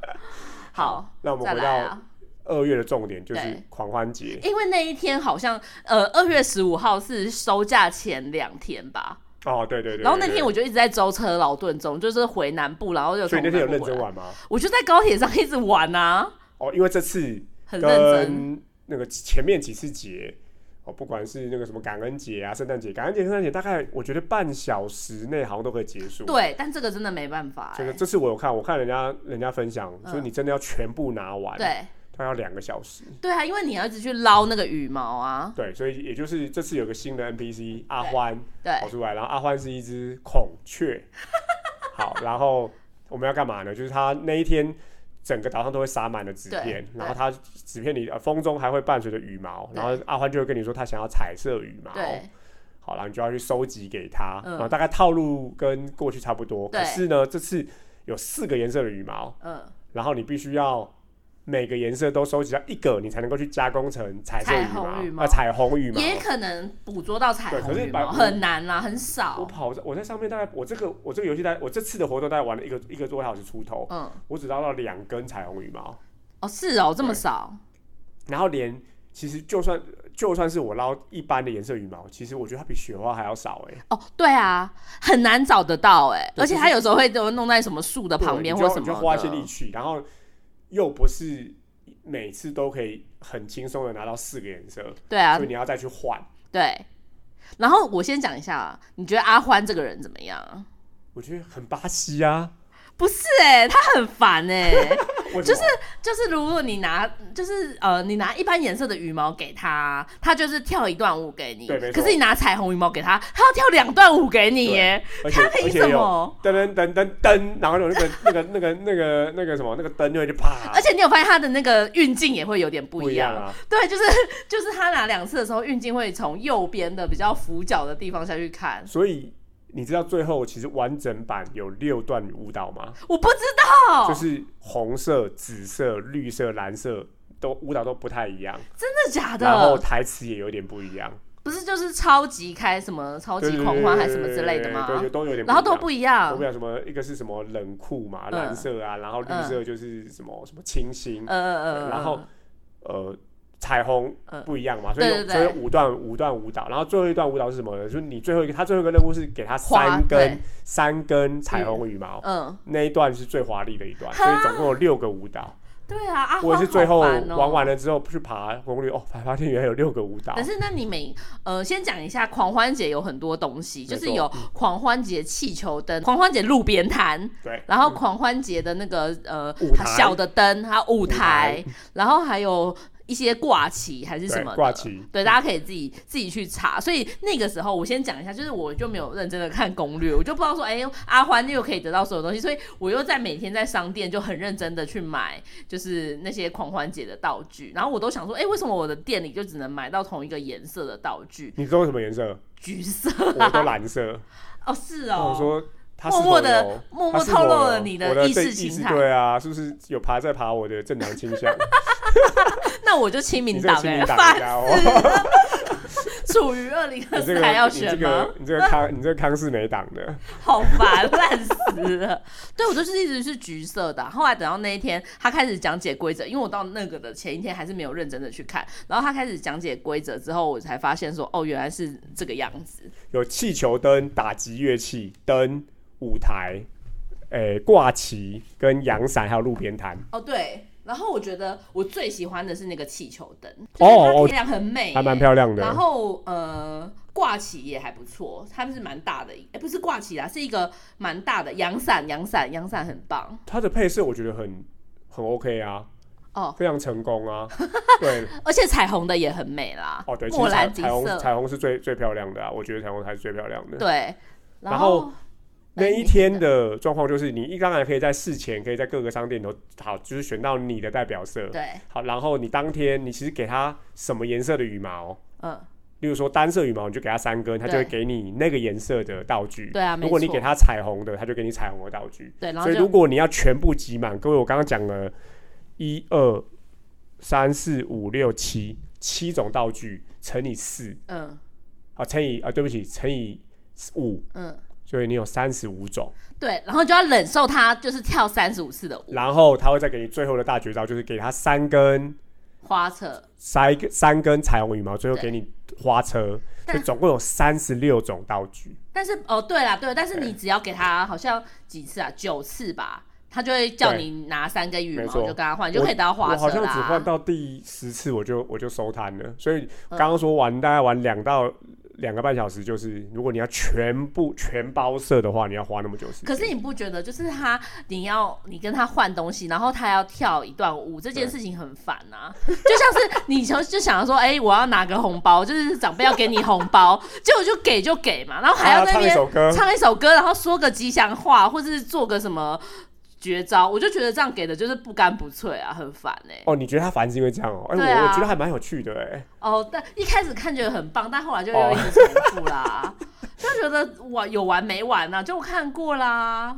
Speaker 2: 好，
Speaker 1: 那我们
Speaker 2: 再
Speaker 1: 回
Speaker 2: 来
Speaker 1: 到
Speaker 2: 啊！
Speaker 1: 二月的重点，就是
Speaker 2: 对
Speaker 1: 狂欢节。
Speaker 2: 因为那一天好像呃二月十五号是收假前两天吧，
Speaker 1: 哦，对对对。
Speaker 2: 然后
Speaker 1: 对
Speaker 2: 那天我，就一直在舟车劳顿中，就是回南部，然后就
Speaker 1: 对所以那
Speaker 2: 从
Speaker 1: 天有
Speaker 2: 南
Speaker 1: 认
Speaker 2: 部
Speaker 1: 真
Speaker 2: 回来，
Speaker 1: 玩吗？
Speaker 2: 我就在高铁上一直玩啊，
Speaker 1: 哦，因为这次
Speaker 2: 很认真。
Speaker 1: 跟那个前面几次节，哦，不管是那个什么感恩节啊、圣诞节，感恩节、圣诞节，大概我觉得半小时内好像都可以结束。，
Speaker 2: 对，但这个真的没办法、
Speaker 1: 这
Speaker 2: 欸
Speaker 1: 个，这次我有看，我看人家人家分享，
Speaker 2: 嗯
Speaker 1: 说你真的要全部拿完，，
Speaker 2: 对
Speaker 1: 它要两个小时。
Speaker 2: 对啊，因为你要一直去捞那个羽毛啊，
Speaker 1: 对，所以也就是这次有个新的 NPC 阿欢
Speaker 2: 对
Speaker 1: 跑出来，然后阿欢是一只孔
Speaker 2: *laughs*
Speaker 1: 雀。好，然后我们要干嘛呢？就是它那一天整个岛上都会撒满了纸片
Speaker 2: 对，
Speaker 1: 然后它纸片里呃风中还会伴随着羽毛，然后阿欢就会跟你说他想要彩色羽毛。
Speaker 2: 对
Speaker 1: 好，然后你就要去收集给他，
Speaker 2: 嗯
Speaker 1: 然后大概套路跟过去差不多，
Speaker 2: 对
Speaker 1: 可是呢，这次有四个颜色的羽毛，
Speaker 2: 嗯，
Speaker 1: 然后你必须要。每个颜色都收集到一个，你才能够去加工成彩色
Speaker 2: 彩
Speaker 1: 羽毛，
Speaker 2: 虹羽毛
Speaker 1: 呃，彩虹羽毛。
Speaker 2: 也可能捕捉到彩
Speaker 1: 对可
Speaker 2: 虹
Speaker 1: 是
Speaker 2: 羽
Speaker 1: 百
Speaker 2: 毛，
Speaker 1: 我
Speaker 2: 很难啦，很
Speaker 1: 我
Speaker 2: 少。
Speaker 1: 跑在我在上面大概我这个我这个游戏大概我这次的活动大概玩了一个一个多小时出头，
Speaker 2: 嗯，
Speaker 1: 我只捞到两根彩虹羽毛，
Speaker 2: 哦，是哦，这么少，
Speaker 1: 然后连其实就算就算是我捞一般的颜色羽毛，其实我觉得它比雪花还要少哎、欸。
Speaker 2: 哦，对啊，很难找得到哎，
Speaker 1: 对
Speaker 2: 而且
Speaker 1: 就是
Speaker 2: 它有时候会都弄在什么树的呃旁边
Speaker 1: 对
Speaker 2: 或
Speaker 1: 你
Speaker 2: 什
Speaker 1: 就你
Speaker 2: 么
Speaker 1: 就
Speaker 2: 的，
Speaker 1: 花一些力气，然后又不是每次都可以很轻松的拿到四个颜色，
Speaker 2: 对啊
Speaker 1: 所以，你要再去换。
Speaker 2: 对。然后我先讲一下啊，你觉得阿欢这个人怎么样啊？
Speaker 1: 我觉得很巴西
Speaker 2: *laughs*
Speaker 1: 啊，
Speaker 2: 不是哎、他很烦哎、
Speaker 1: 就是
Speaker 2: *laughs* 就是如果你拿，就是呃，你拿一般颜色的羽毛给他，他就是跳一段舞给你。
Speaker 1: 对没错
Speaker 2: 可是你拿彩虹羽毛给他，他要跳两段舞给你耶，
Speaker 1: 而且
Speaker 2: 他
Speaker 1: 而
Speaker 2: 凭
Speaker 1: 且
Speaker 2: 什
Speaker 1: 有
Speaker 2: 么？
Speaker 1: 噔噔噔噔噔，然后有那个那个那个那个那个什么那个灯就会就啪，
Speaker 2: 而且你有发现他的那个运镜也会有点不
Speaker 1: 不
Speaker 2: 一
Speaker 1: 一
Speaker 2: 样。
Speaker 1: 样啊。
Speaker 2: 对，就是 *laughs* 就是他拿两次的时候，运镜会从右边的比较俯角的地方下去看。
Speaker 1: 所以你知道最后其实完整版有六段舞蹈吗？
Speaker 2: 我不知道，
Speaker 1: 就、是红色、紫色、绿色、蓝色都舞蹈都不太一样，
Speaker 2: 真的假
Speaker 1: 然后
Speaker 2: 的？
Speaker 1: 台词也有点不一样，
Speaker 2: 不是就是超级开什么超级
Speaker 1: 对
Speaker 2: 狂欢还是什么之类的
Speaker 1: 对对
Speaker 2: 吗
Speaker 1: 对，？都有点一样，
Speaker 2: 然后都不一样
Speaker 1: 都不一，样。什么一个是什么冷酷嘛，
Speaker 2: 嗯
Speaker 1: 蓝色啊，然后绿色就是什么什么清新啊
Speaker 2: 嗯，嗯嗯，
Speaker 1: 然后
Speaker 2: 嗯
Speaker 1: 呃。彩虹
Speaker 2: 嗯
Speaker 1: 不一样嘛，所以
Speaker 2: 对
Speaker 1: 有
Speaker 2: 对
Speaker 1: 所以
Speaker 2: 对
Speaker 1: 有五段五段舞蹈，然后最后一段舞蹈是什么呢？就是你最后一个，他最后一个任务是给他
Speaker 2: 花
Speaker 1: 三
Speaker 2: 对
Speaker 1: 根三根彩虹羽毛，
Speaker 2: 嗯，
Speaker 1: 那一段是最华丽的一段，所以总共有六个舞蹈。
Speaker 2: 对啊，阿
Speaker 1: 我也
Speaker 2: 荒
Speaker 1: 是最后
Speaker 2: 好烦哦
Speaker 1: 玩完了之后去爬攻略，哦，才发现原来有六个舞蹈
Speaker 2: 可。是，那你每呃，先讲一下狂欢节有很多东西，就
Speaker 1: 没错嗯
Speaker 2: 是有狂欢节气球灯、狂欢节路边摊，
Speaker 1: 对，
Speaker 2: 然后狂欢节的那个呃
Speaker 1: 舞台
Speaker 2: 小的灯，还有舞台，
Speaker 1: 台
Speaker 2: 然后还有一些挂旗还是什
Speaker 1: 对
Speaker 2: 么的
Speaker 1: 挂。旗，
Speaker 2: 对，大家可以自己自己去查。所以那个时候，我先讲一下，就是我就没有认真的看攻略，我就不知道说，哎、阿欢又可以得到所有东西，所以我又在每天在商店就很认真的去买，就是那些狂欢节的道具。然后我都想说，哎、为什么我的店里就只能买到同一个颜色的道具，
Speaker 1: 你说什么颜色？
Speaker 2: 橘色？
Speaker 1: 我都蓝
Speaker 2: *laughs*
Speaker 1: 色。
Speaker 2: 哦，是
Speaker 1: 那
Speaker 2: 哦。
Speaker 1: 我说他
Speaker 2: 默
Speaker 1: 是
Speaker 2: 默
Speaker 1: 否
Speaker 2: 地
Speaker 1: 有
Speaker 2: 默
Speaker 1: 他
Speaker 2: 默
Speaker 1: 是
Speaker 2: 透
Speaker 1: 否
Speaker 2: 露
Speaker 1: 有
Speaker 2: 了你的
Speaker 1: 我的
Speaker 2: 意识
Speaker 1: 这
Speaker 2: 形态
Speaker 1: 对啊，是不是有爬在爬我的正当倾
Speaker 2: *laughs*
Speaker 1: 向？
Speaker 2: 那我就亲民
Speaker 1: 你这个
Speaker 2: 党
Speaker 1: 亲
Speaker 2: 哎、
Speaker 1: 民党
Speaker 2: 烦
Speaker 1: 人家哦，
Speaker 2: 死了。处于二零
Speaker 1: 你
Speaker 2: 二
Speaker 1: 这
Speaker 2: 四
Speaker 1: 个
Speaker 2: 还要
Speaker 1: 你这
Speaker 2: 选吗？
Speaker 1: 个你这个康你这个康是哪党的？
Speaker 2: *laughs* 好烦，烂死了。对，我就是一直是橘色的啊。后来等到那一天，他开始讲解规则，因为我到那个的前一天还是没有认真的去看。然后他开始讲解规则之后，我才发现说，哦，原来是这个样子。
Speaker 1: 有气球灯、打击乐器、灯、舞台，诶挂旗、跟阳伞还有路边摊，
Speaker 2: 哦对，然后我觉得我最喜欢的是那个气球灯，
Speaker 1: 哦
Speaker 2: 就是它
Speaker 1: 哦
Speaker 2: 力量很美、
Speaker 1: 还蛮漂亮的。
Speaker 2: 然后呃，挂旗也还不错，它们是蛮大的一，哎，不是挂旗啦，是一个蛮大的阳伞，阳伞，阳伞很棒
Speaker 1: 它的配色我觉得很很 OK 啊，
Speaker 2: 哦，
Speaker 1: 非常成功
Speaker 2: *laughs*
Speaker 1: 啊。对，
Speaker 2: 而且彩虹的也很美啦，
Speaker 1: 哦对，其
Speaker 2: 莫
Speaker 1: 实彩
Speaker 2: 兰迪
Speaker 1: 彩虹
Speaker 2: 色，
Speaker 1: 彩虹是最最漂亮的啊，我觉得彩虹才是最漂亮的。
Speaker 2: 对，
Speaker 1: 然
Speaker 2: 后
Speaker 1: 那
Speaker 2: 蓝
Speaker 1: 一
Speaker 2: 莓
Speaker 1: 天的状况就是，你一当然可以在事前可以在各个商店头好，就是选到你的代表色。
Speaker 2: 对，
Speaker 1: 好，然后你当天你其实给它什么颜色的羽毛，
Speaker 2: 嗯，
Speaker 1: 例如说单色羽毛，你就给它三根，它就会
Speaker 2: 对
Speaker 1: 给你那个颜色的道具。
Speaker 2: 对啊没
Speaker 1: 如果你
Speaker 2: 错
Speaker 1: 给它彩虹的，它就给你彩虹的道具。
Speaker 2: 对，然后
Speaker 1: 所以如
Speaker 2: 就
Speaker 1: 果你要全部集满，各位我刚刚讲了一二三四五六七七种道具乘以四
Speaker 2: 嗯
Speaker 1: 啊，乘以啊，对不起，乘以五，
Speaker 2: 嗯
Speaker 1: 所以你有三十五种。
Speaker 2: 对，然后就要忍受它就是跳三十五次的舞，
Speaker 1: 然后他会再给你最后的大绝招，就是给他三根
Speaker 2: 花车，
Speaker 1: 三根三根彩虹羽毛，最后给你花车，
Speaker 2: 但
Speaker 1: 就总共有三十六种道具。
Speaker 2: 但是哦对啦对，但是
Speaker 1: 对
Speaker 2: 你只要给它好像几次啊，九次吧。它就会叫
Speaker 1: 对
Speaker 2: 你拿三根羽
Speaker 1: 没
Speaker 2: 毛，
Speaker 1: 错
Speaker 2: 就跟他换，你就可以得到花
Speaker 1: 我
Speaker 2: 车啦。
Speaker 1: 好像只换到第十次，我就我就收摊了。所以
Speaker 2: 嗯
Speaker 1: 刚刚说玩，大概玩两到两个半小时，就是如果你要全部全包色的话，你要花那么久时间。
Speaker 2: 可是你不觉得，就是他，你要你跟他换
Speaker 1: *laughs*
Speaker 2: 东西，然后他要跳一段舞，这件事情很烦啊。就像是你就就想要说，哎、我要拿个红包，就是长辈要给你红
Speaker 1: *laughs*
Speaker 2: 包，结果就给就给嘛，然后还要
Speaker 1: 啊
Speaker 2: 在那
Speaker 1: 唱一
Speaker 2: 边
Speaker 1: 首歌，
Speaker 2: 唱一首歌，然后说个吉祥话，或是做个什么绝招，我就觉得这样给的就是不干不脆啊，很烦哎、
Speaker 1: 哦，你觉得他烦是因为这样哦？哎、
Speaker 2: 对啊
Speaker 1: 我我觉得还蛮有趣的哎、
Speaker 2: 哦，但一开始看觉得很棒，但后来就又
Speaker 1: 哦
Speaker 2: 一直重复啦，就觉得哇有完没完呐、就我看过啦。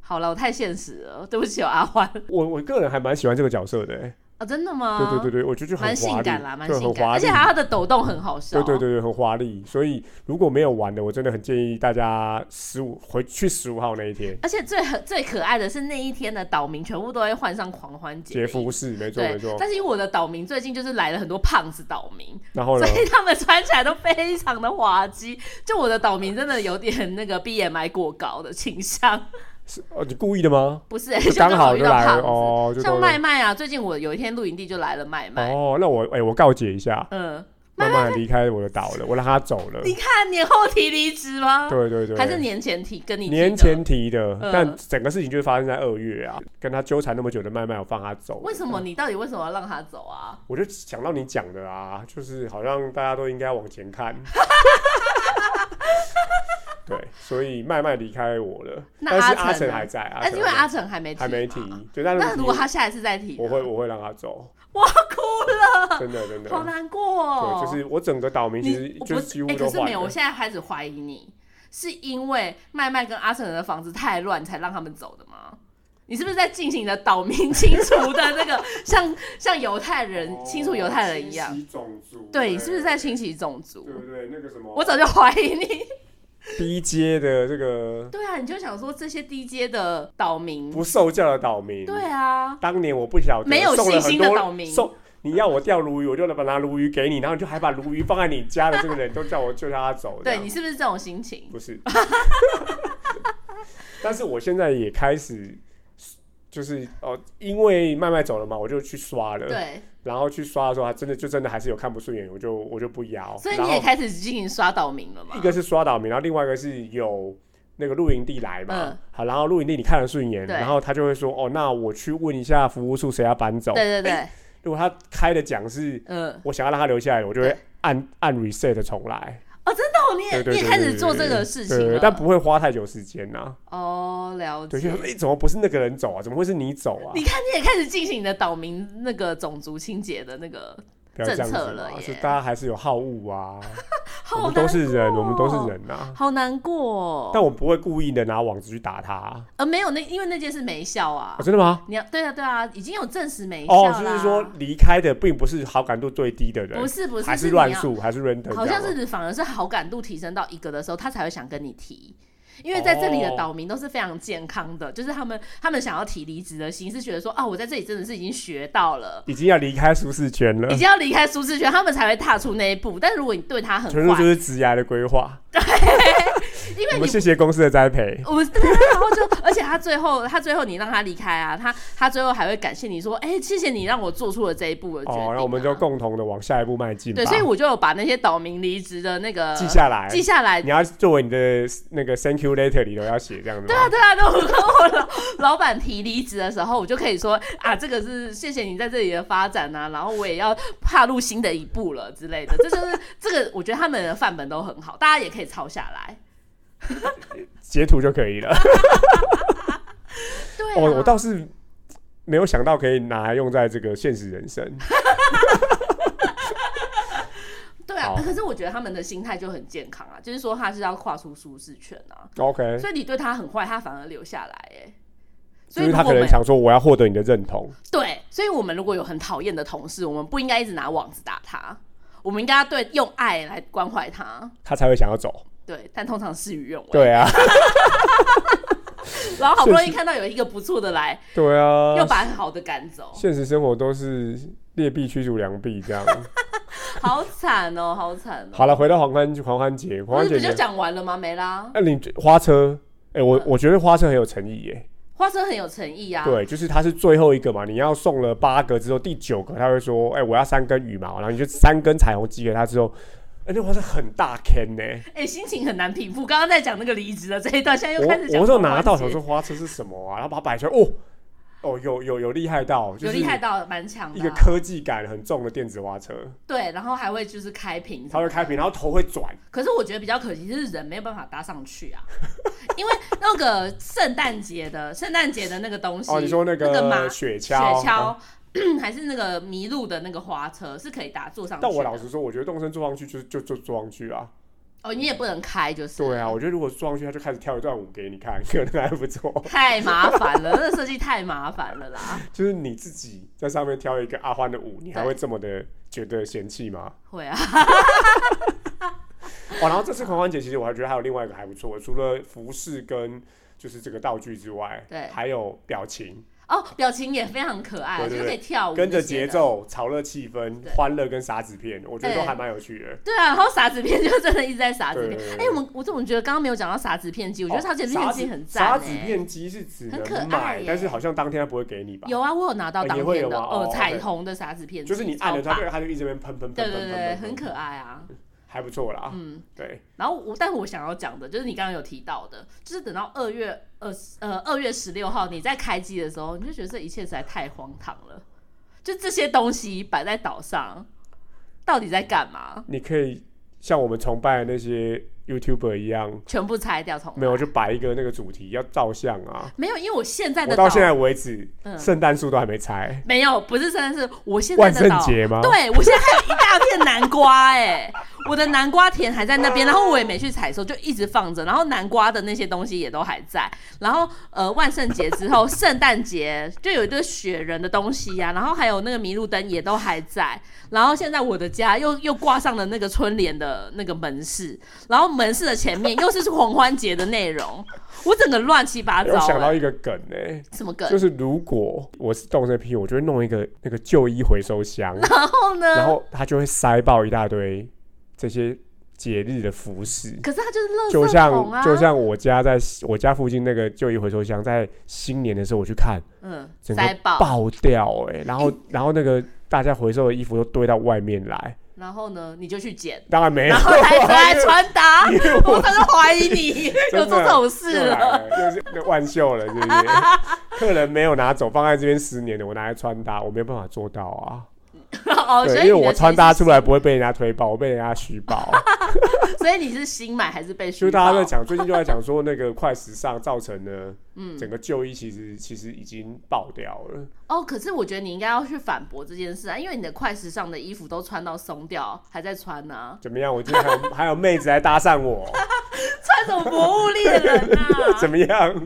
Speaker 2: 好了，我太现实了，对不起、哦，阿欢
Speaker 1: 我我个人还蛮喜欢这个角色的、哎
Speaker 2: 啊，真的吗？
Speaker 1: 对对对对，我觉得就很
Speaker 2: 蛮性
Speaker 1: 华丽
Speaker 2: 感啦，，蛮
Speaker 1: 就
Speaker 2: 性
Speaker 1: 很
Speaker 2: 感，
Speaker 1: 华
Speaker 2: 而且
Speaker 1: 丽。
Speaker 2: 它的抖动很好笑。
Speaker 1: 对对对对，很华丽。所以如果没有玩的，我真的很建议大家十五回去十五号那一天
Speaker 2: 而且最最可爱的是那一天的岛民全部都会换上狂欢节
Speaker 1: 杰
Speaker 2: 的
Speaker 1: 夫士，没错
Speaker 2: 对
Speaker 1: 没，错。
Speaker 2: 但是因为我的岛民最近就是来了很多胖子岛民，
Speaker 1: 然后
Speaker 2: 所
Speaker 1: 呢？
Speaker 2: 以他们穿起来都非常的滑稽。就我的岛民真的有点那个 BMI 过高的倾向，
Speaker 1: 是哦，你故意的吗？
Speaker 2: 不是、
Speaker 1: 就
Speaker 2: *laughs* 就
Speaker 1: 刚
Speaker 2: 刚
Speaker 1: 好
Speaker 2: 遇
Speaker 1: 就
Speaker 2: 到
Speaker 1: 来
Speaker 2: 胖
Speaker 1: 了
Speaker 2: 子。
Speaker 1: 哦，就
Speaker 2: 像
Speaker 1: 都
Speaker 2: 麦麦啊，最近我有一天露营地就来了麦麦，
Speaker 1: 哦，那我哎、我告解一下，
Speaker 2: 嗯，
Speaker 1: 慢慢离开我的岛了，我让他走了。
Speaker 2: 你看年后提离职吗？
Speaker 1: 对对对，
Speaker 2: 还是年前提跟你提
Speaker 1: 年
Speaker 2: 的
Speaker 1: 前提的，
Speaker 2: 嗯
Speaker 1: 但整个事情就是发生在二月啊，跟他纠缠那么久的麦麦，我放他走了。
Speaker 2: 为什么你到底为什么要让他走啊？
Speaker 1: 我就想到你讲的啊，就是好像大家都应该往前看。 *laughs* 对，所以麦麦离开我了，
Speaker 2: 那
Speaker 1: 但是
Speaker 2: 阿
Speaker 1: 阿
Speaker 2: 成
Speaker 1: 成
Speaker 2: 呢
Speaker 1: 还在，阿成啊
Speaker 2: 但哎是因为阿成还没
Speaker 1: 还没提
Speaker 2: 嘛，
Speaker 1: 对，但
Speaker 2: 那
Speaker 1: 是
Speaker 2: 如果他下一次再提呢，
Speaker 1: 我会我会让他走，
Speaker 2: 我要哭了，
Speaker 1: 真的真的，
Speaker 2: 好难过哦。
Speaker 1: 对，就是我整个岛民其实
Speaker 2: 你我
Speaker 1: 就
Speaker 2: 不
Speaker 1: 是几乎
Speaker 2: 哎
Speaker 1: 都
Speaker 2: 可是
Speaker 1: 换
Speaker 2: 没有，我
Speaker 1: 了，
Speaker 2: 现在开始怀疑你，是因为麦麦跟阿成的房子太乱才让他们走的吗？你是不是在进行你的
Speaker 1: *laughs*
Speaker 2: 岛民清除的那个，像像犹太人
Speaker 1: 哦
Speaker 2: 清除犹太人一样？，
Speaker 1: 种族，
Speaker 2: 对，你是不是在清洗种族
Speaker 1: 对？不对？那个什么，
Speaker 2: 我早就怀疑你。 *laughs*
Speaker 1: 低阶的这个
Speaker 2: 对啊，你就想说这些低阶的岛民，
Speaker 1: 不受教的岛民，
Speaker 2: 对啊，
Speaker 1: 当年我不晓得
Speaker 2: 没有
Speaker 1: 送了
Speaker 2: 信
Speaker 1: 很
Speaker 2: 心的
Speaker 1: 多
Speaker 2: 岛民
Speaker 1: 送你要我钓鲈鱼，我就能把拿鲈鱼给你，然后你就还把鲈鱼放在你家的这个人都叫我就叫他走。这
Speaker 2: 对
Speaker 1: 样
Speaker 2: 你是不是这种心情？
Speaker 1: 不是？但是我现在也开始就是哦，因为麦麦走了嘛，我就去刷了。
Speaker 2: 对，
Speaker 1: 然后去刷的时候，还真的就真的还是有看不顺眼，我就我就不摇。
Speaker 2: 所以
Speaker 1: 呃然
Speaker 2: 你
Speaker 1: 后
Speaker 2: 也开始进行刷岛民了嘛？
Speaker 1: 一个是刷岛民，然后另外一个是有那个露营地来嘛，
Speaker 2: 嗯
Speaker 1: 好，然后露营地你看了顺眼，
Speaker 2: 对
Speaker 1: 然后他就会说，哦，那我去问一下服务处谁要搬走。
Speaker 2: 对对对，
Speaker 1: 如果他开的奖是
Speaker 2: 嗯，
Speaker 1: 我想要让他留下来，我就会按按 reset 重来。
Speaker 2: 那我你也
Speaker 1: 对对
Speaker 2: 你
Speaker 1: 对
Speaker 2: 也
Speaker 1: 对
Speaker 2: 开始做这个事
Speaker 1: 对
Speaker 2: 情
Speaker 1: 对对
Speaker 2: 了，
Speaker 1: 但不会花太久时间呐、
Speaker 2: 哦，了解
Speaker 1: 对，就。想说，哎、怎么不是那个人走啊？怎么会是你走啊？
Speaker 2: 你看，你也开始进行你的岛民那个种族清洁的那个，
Speaker 1: 不要这样子
Speaker 2: 政策了
Speaker 1: 嘛，
Speaker 2: 耶
Speaker 1: 是大家还是有好恶啊。我
Speaker 2: *laughs* 好
Speaker 1: 们都
Speaker 2: 难，
Speaker 1: 是人，我们都
Speaker 2: 哦
Speaker 1: 是人呐、啊。
Speaker 2: 好难过、哦。
Speaker 1: 但我不会故意的拿网子去打他啊、
Speaker 2: 呃，没有那，因为那件事没效啊
Speaker 1: 哦。真的吗？
Speaker 2: 你要对啊，对啊，已经有证实没效
Speaker 1: 哦，
Speaker 2: 啦
Speaker 1: 就是说离开的并不是好感度最低的人，
Speaker 2: 不是不是
Speaker 1: 还
Speaker 2: 是
Speaker 1: 是
Speaker 2: 你
Speaker 1: 乱
Speaker 2: 要
Speaker 1: 数，还是 random，
Speaker 2: 好像
Speaker 1: 这样吗
Speaker 2: 是反而是好感度提升到一个的时候，他才会想跟你提。因为在这里的
Speaker 1: 哦
Speaker 2: 岛民都是非常健康的，就是他们他们想要提离职的心是觉得说，啊，我在这里真的是已经学到了，
Speaker 1: 已经要离开舒适圈了
Speaker 2: 已，经要离开舒适圈，他们才会踏出那一步。但是如果你对他很
Speaker 1: 全部
Speaker 2: 坏
Speaker 1: 就，是职涯的规划。
Speaker 2: 因为
Speaker 1: 我
Speaker 2: 你
Speaker 1: 们谢谢公司的栽培。
Speaker 2: 我们对，然后就，而且他最后，他最后你让他离开啊，他他最后还会感谢你说，哎、谢谢你让我做出了这一步的决定、啊。
Speaker 1: 哦，那我们就共同的往下一步迈进吧。
Speaker 2: 对，所以我就有把那些岛民离职的那个
Speaker 1: 记下来，
Speaker 2: 记下来。
Speaker 1: 你要作为你的那个 thank you letter 里头要写这样子
Speaker 2: 对
Speaker 1: 吗
Speaker 2: 啊，？对啊，那我跟我老老板提离职的时候，我就可以说啊，这个是谢谢你在这里的发展啊，然后我也要踏入新的一步了之类
Speaker 1: *laughs*
Speaker 2: 的。这就是这个，我觉得他们的范本都很好，大家也可以抄下来。
Speaker 1: 截图就可以了。
Speaker 2: 对、啊，
Speaker 1: 我、我倒是没有想到可以拿来用在这个现实人
Speaker 2: *laughs*
Speaker 1: 生。
Speaker 2: 对啊
Speaker 1: 好，
Speaker 2: 可是我觉得他们的心态就很健康啊，就是说他是要跨出舒适圈啊，
Speaker 1: OK，
Speaker 2: 所以你对他很坏，他反而留下来哎。所
Speaker 1: 就
Speaker 2: 以
Speaker 1: 是
Speaker 2: 如
Speaker 1: 他
Speaker 2: 果
Speaker 1: 可
Speaker 2: 我
Speaker 1: 能
Speaker 2: 们
Speaker 1: 想说我要获得你的认同。
Speaker 2: 对，所以我们如果有很讨厌的同事，我们不应该一直拿网子打他，我们应该要对用爱来关怀他。
Speaker 1: 他才会想要
Speaker 2: *laughs*
Speaker 1: 走，
Speaker 2: 对，但通常事与愿违。
Speaker 1: 对啊，
Speaker 2: 然后好不容易看到有一个不错的来，
Speaker 1: 对
Speaker 2: *laughs* 又
Speaker 1: 啊，
Speaker 2: 把好的赶走，
Speaker 1: 现实生活都是劣币驱逐良币这
Speaker 2: *laughs*
Speaker 1: 样。
Speaker 2: 好惨哦，好惨哦。
Speaker 1: 好了，回到黄欢黄欢节，黄
Speaker 2: 不
Speaker 1: 欢
Speaker 2: 是
Speaker 1: 节
Speaker 2: 不就讲完了吗？没啦，
Speaker 1: 那、你花车，哎、我我觉得花车很有诚意耶、
Speaker 2: 花生很有诚意啊。
Speaker 1: 对，就是他是最后一个嘛，你要送了八个之后，第九个他会说，哎、我要三根羽毛，然后你就三根彩虹寄给他之后，哎、那花车很大坑呢、
Speaker 2: 哎、心情很难平复。刚刚在讲那个离职的这一段，现在又开始
Speaker 1: 我
Speaker 2: 讲。
Speaker 1: 我就拿到想说花车是什么啊，然后把它摆出来，哦哦，有有有厉害到，就
Speaker 2: 有
Speaker 1: 是
Speaker 2: 厉害到蛮强
Speaker 1: 一
Speaker 2: 的
Speaker 1: 个
Speaker 2: 啊、
Speaker 1: 科技感很重的电子花车，
Speaker 2: 对，然后还会就是开屏，
Speaker 1: 它会开。屏，然后头会转，
Speaker 2: 可是我觉得比较可惜是人没有办法搭上去啊， *laughs* 因为那个圣诞节的圣诞节的那个东西，
Speaker 1: 哦，你说那
Speaker 2: 那个马
Speaker 1: 个雪
Speaker 2: 雪
Speaker 1: 橇，哦
Speaker 2: 橇、 *clears throat* 还是那个麋鹿的那个花车是可以搭坐上去的。
Speaker 1: 但我老实说，我觉得动身坐上去就是就就坐上去啊。
Speaker 2: 哦，你也不能开就是。
Speaker 1: 对啊，我觉得如果坐上去，他就开始跳一段舞给你看，可能还不错。
Speaker 2: 太麻烦了，那个设计太麻烦了啦， *laughs*
Speaker 1: 就是你自己在上面跳一个阿欢的舞，你还
Speaker 2: 对
Speaker 1: 会这么的觉得嫌弃吗？
Speaker 2: 会啊，
Speaker 1: 哦，然后这次狂欢节其实我还觉得还有另外一个还不错，除了服饰跟就是这个道具之外，
Speaker 2: 对
Speaker 1: 还有表情，
Speaker 2: 哦，表情也非常可爱，
Speaker 1: 对对
Speaker 2: 就是可以跳舞，
Speaker 1: 跟着节。奏炒热气氛
Speaker 2: 对，
Speaker 1: 欢乐跟傻子片，我觉得都还蛮有趣的。
Speaker 2: 对啊，然后傻子片就真的一直在傻子片
Speaker 1: 对对。对
Speaker 2: 哎，我们我怎么觉得刚刚没有讲到傻子片机？我觉得
Speaker 1: 哦
Speaker 2: 傻子片机很
Speaker 1: 傻
Speaker 2: 赞
Speaker 1: 子
Speaker 2: 哎。
Speaker 1: 片机是只
Speaker 2: 很可爱
Speaker 1: 能买
Speaker 2: 耶，
Speaker 1: 但是好像当天他不会给你吧？
Speaker 2: 有啊，我有拿到
Speaker 1: 哦
Speaker 2: 当
Speaker 1: 你会
Speaker 2: 天
Speaker 1: 有
Speaker 2: 的
Speaker 1: 吗哦
Speaker 2: 呃彩
Speaker 1: ，OK
Speaker 2: 虹的傻子片机，
Speaker 1: 就是你按了它，
Speaker 2: 超
Speaker 1: 对，
Speaker 2: 棒
Speaker 1: 它就一直在那边喷喷喷
Speaker 2: 对
Speaker 1: 喷
Speaker 2: 对
Speaker 1: 喷
Speaker 2: 对
Speaker 1: 喷
Speaker 2: 对，
Speaker 1: 喷
Speaker 2: 很可爱啊。
Speaker 1: 还不错啦。
Speaker 2: 嗯，
Speaker 1: 对，
Speaker 2: 然后我但我想要讲的就是你刚刚有提到的，就是等到二月二十呃二月十六号你在开机的时候，你就觉得这一切实在太荒唐了，就这些东西摆在岛上，到底在干嘛？
Speaker 1: 你可以像我们崇拜的那些 YouTuber 一样，
Speaker 2: 全部拆掉重来
Speaker 1: 没有就摆一个那个主题要照相啊。
Speaker 2: 没有，因为我现在
Speaker 1: 我
Speaker 2: 的岛
Speaker 1: 到现在为止，
Speaker 2: 嗯
Speaker 1: 圣诞树都还没拆，
Speaker 2: 没有，不是真的是我现在
Speaker 1: 万
Speaker 2: 的
Speaker 1: 圣
Speaker 2: 岛，
Speaker 1: 节吗？
Speaker 2: 对我现在还有一大片南瓜哎、我的南瓜田还在那边，然后我也没去采收，就一直放着，然后南瓜的那些东西也都还在，然后呃万圣节之后，圣诞节就有一堆雪人的东西呀、然后还有那个麋鹿灯也都还在，然后现在我的家又又挂上了那个春联的那个门市，然后门市的前面又是狂欢节的内容，我整个乱七八糟、
Speaker 1: 我想到
Speaker 2: 欸，
Speaker 1: 一个梗呢、
Speaker 2: 什么梗
Speaker 1: 就？是如果我是动身批，我就会弄一个那个旧衣回收
Speaker 2: *laughs*
Speaker 1: 箱，
Speaker 2: 然后呢？
Speaker 1: 然后它就会塞爆一大堆这些节日的服饰。
Speaker 2: 可是它就是垃圾
Speaker 1: 就像
Speaker 2: 桶啊，
Speaker 1: 就像我家在我家附近那个旧衣回收箱，在新年的时候我去看，
Speaker 2: 嗯
Speaker 1: 整
Speaker 2: 塞
Speaker 1: 个
Speaker 2: 爆。
Speaker 1: 爆掉哎、然后然后那个大家回收的衣服都堆到外面来，
Speaker 2: 然后呢，你就
Speaker 1: *laughs*
Speaker 2: 去捡，
Speaker 1: 当然没有
Speaker 2: 然，后才回来穿搭。
Speaker 1: 因为
Speaker 2: *laughs* 我真的怀疑你
Speaker 1: 的
Speaker 2: 有做这种事
Speaker 1: 又来
Speaker 2: 了。
Speaker 1: 了，又是那万秀了，是不
Speaker 2: *laughs*
Speaker 1: 是？客人没有拿走，放在这边十年的，我拿来穿搭，我没有办法做到啊。
Speaker 2: *laughs* 哦，所
Speaker 1: 对，因
Speaker 2: 以你
Speaker 1: 为
Speaker 2: 的
Speaker 1: 我
Speaker 2: 其
Speaker 1: 穿
Speaker 2: 实
Speaker 1: 搭
Speaker 2: 是
Speaker 1: 出来不会被人家推爆，我被人家虚
Speaker 2: *laughs*
Speaker 1: 爆。
Speaker 2: 所以你是新买还是被
Speaker 1: 就是
Speaker 2: 虚
Speaker 1: 大
Speaker 2: 报？嗯
Speaker 1: 家在讲，最近就在讲说那个快时尚造成的，整个旧衣其实其实已经爆掉了。
Speaker 2: 哦，可是我觉得你应该要去反驳这件事啊，因为你的快时尚的衣服都穿到松掉，还在穿啊
Speaker 1: *laughs*
Speaker 2: 呢、
Speaker 1: 怎么样？我今天还有还有妹子来搭讪
Speaker 2: *laughs*
Speaker 1: 我，
Speaker 2: 穿什么博物猎人啊？
Speaker 1: 怎么样？
Speaker 2: *laughs*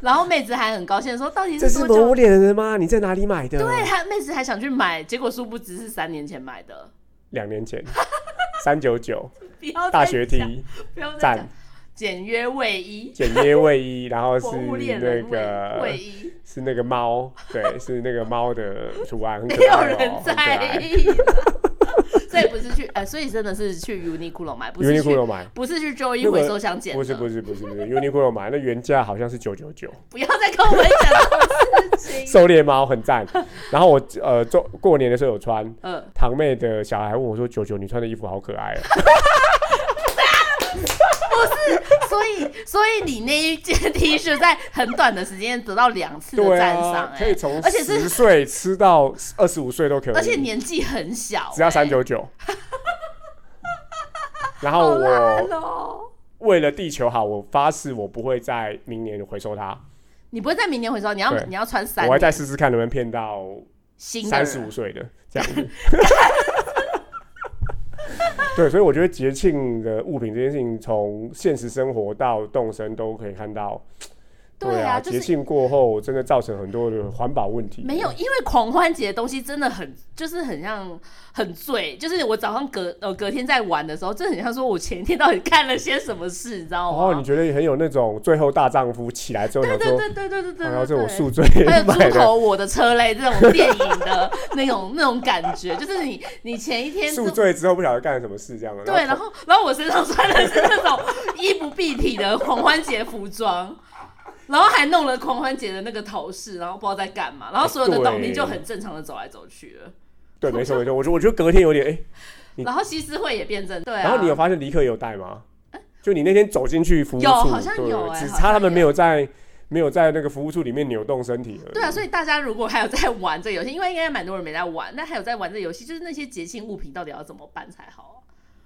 Speaker 2: 然后妹子还很高兴地说，到底
Speaker 1: 这是
Speaker 2: 多久
Speaker 1: 魔？脸人吗？你在哪里买的？
Speaker 2: 对，，还妹子还想去买，结果殊不知是三年前买的。
Speaker 1: 两年前，三九九
Speaker 2: 不要再
Speaker 1: 大学
Speaker 2: 讲，
Speaker 1: T
Speaker 2: 不要再
Speaker 1: 赞
Speaker 2: 讲，简约卫衣，
Speaker 1: 简约卫衣，然
Speaker 2: *laughs*
Speaker 1: 后是
Speaker 2: 博物猎
Speaker 1: 那
Speaker 2: 人卫
Speaker 1: 个
Speaker 2: 卫衣。
Speaker 1: 是那个
Speaker 2: *laughs*
Speaker 1: 猫，对，是那个猫的图案，很
Speaker 2: 没
Speaker 1: 可
Speaker 2: 有
Speaker 1: 爱哦
Speaker 2: 人
Speaker 1: 很
Speaker 2: 在
Speaker 1: 可爱
Speaker 2: 意啦。啊 *laughs* 所以不是去呃，所以真的是去 Uniqlo 买，不是去
Speaker 1: Uniqlo 买。
Speaker 2: 不是去周一
Speaker 1: 那个
Speaker 2: 回收箱捡的，
Speaker 1: 不是不是不是不是 Uniqlo 买，那原价好像是九九九，
Speaker 2: 不要再跟我们讲这种事情。
Speaker 1: 狩猎猫很赞。然后我呃，周过年的时候有穿，
Speaker 2: *laughs* 嗯，
Speaker 1: 堂妹的小孩问我说：“九九，你穿的衣服好可
Speaker 2: *laughs*
Speaker 1: 爱、哦。
Speaker 2: 所以所以你那一件 T 恤在很短的时间得到两”次的
Speaker 1: 对
Speaker 2: 赞赏、
Speaker 1: 啊，可以
Speaker 2: 哎、
Speaker 1: 从
Speaker 2: 而且是
Speaker 1: 十岁吃到二十五岁都可以，
Speaker 2: 而且年纪很小、
Speaker 1: 只要
Speaker 2: 哎
Speaker 1: 三，九
Speaker 2: *laughs*
Speaker 1: 九。然后
Speaker 2: 好烂
Speaker 1: 我
Speaker 2: 哦！
Speaker 1: 为了地球好，我发誓我不会在明年回收它，
Speaker 2: 你不会在明年回收，你要
Speaker 1: 对
Speaker 2: 你要穿三
Speaker 1: 我还
Speaker 2: 年
Speaker 1: 再试试看能不能骗到
Speaker 2: 新的
Speaker 1: 三
Speaker 2: 人
Speaker 1: 十五岁的这样子。 *laughs* 对，所以我觉得节庆的物品这件事情，从现实生活到动身都可以看到。
Speaker 2: 对
Speaker 1: 啊，
Speaker 2: 啊，
Speaker 1: 节、
Speaker 2: 就是。
Speaker 1: 庆过后真的造成很多的环保问题。
Speaker 2: 没有，因为狂欢节的东西真的很，就是很像很醉，就是我早上隔呃隔天在玩的时候，真的很像说我前一天到底干了些什么事，你知道吗？
Speaker 1: 哦，你觉得很有那种最后大丈夫起来之后
Speaker 2: 对
Speaker 1: 想
Speaker 2: 对
Speaker 1: 说，哦
Speaker 2: 对对对对对，
Speaker 1: 然后这我
Speaker 2: 对
Speaker 1: 宿醉
Speaker 2: 还
Speaker 1: *laughs*
Speaker 2: 有
Speaker 1: 买
Speaker 2: 《猪
Speaker 1: 的，
Speaker 2: 头我的车》嘞这种电影的那种那种感觉，就是你你前一天
Speaker 1: 宿
Speaker 2: 就
Speaker 1: 醉之后不晓得干了什么事这样的。
Speaker 2: 对，然后然后我身上穿的是那种衣不蔽体的狂欢节服装。然后还弄了狂欢节的那个头饰，然后不知道在干嘛，然后所有的
Speaker 1: 哎对
Speaker 2: 董明就很正常的走来走去了，
Speaker 1: 对，没错没错，我觉得我觉得隔天有点哎、你
Speaker 2: 然后西施惠也变正，对啊，
Speaker 1: 然后你有发现尼克有带吗？就你那天走进去服务处，
Speaker 2: 有好像
Speaker 1: 对
Speaker 2: 有欸
Speaker 1: 只
Speaker 2: 好
Speaker 1: 差他
Speaker 2: 像
Speaker 1: 们没
Speaker 2: 有
Speaker 1: 有在没有在那个服务处里面扭动身体而已。
Speaker 2: 对啊，所以大家如果还有在玩这个游戏，因为应该蛮多人没在玩，那还有在玩这个游戏，就是那些节庆物品到底要怎么办才好啊？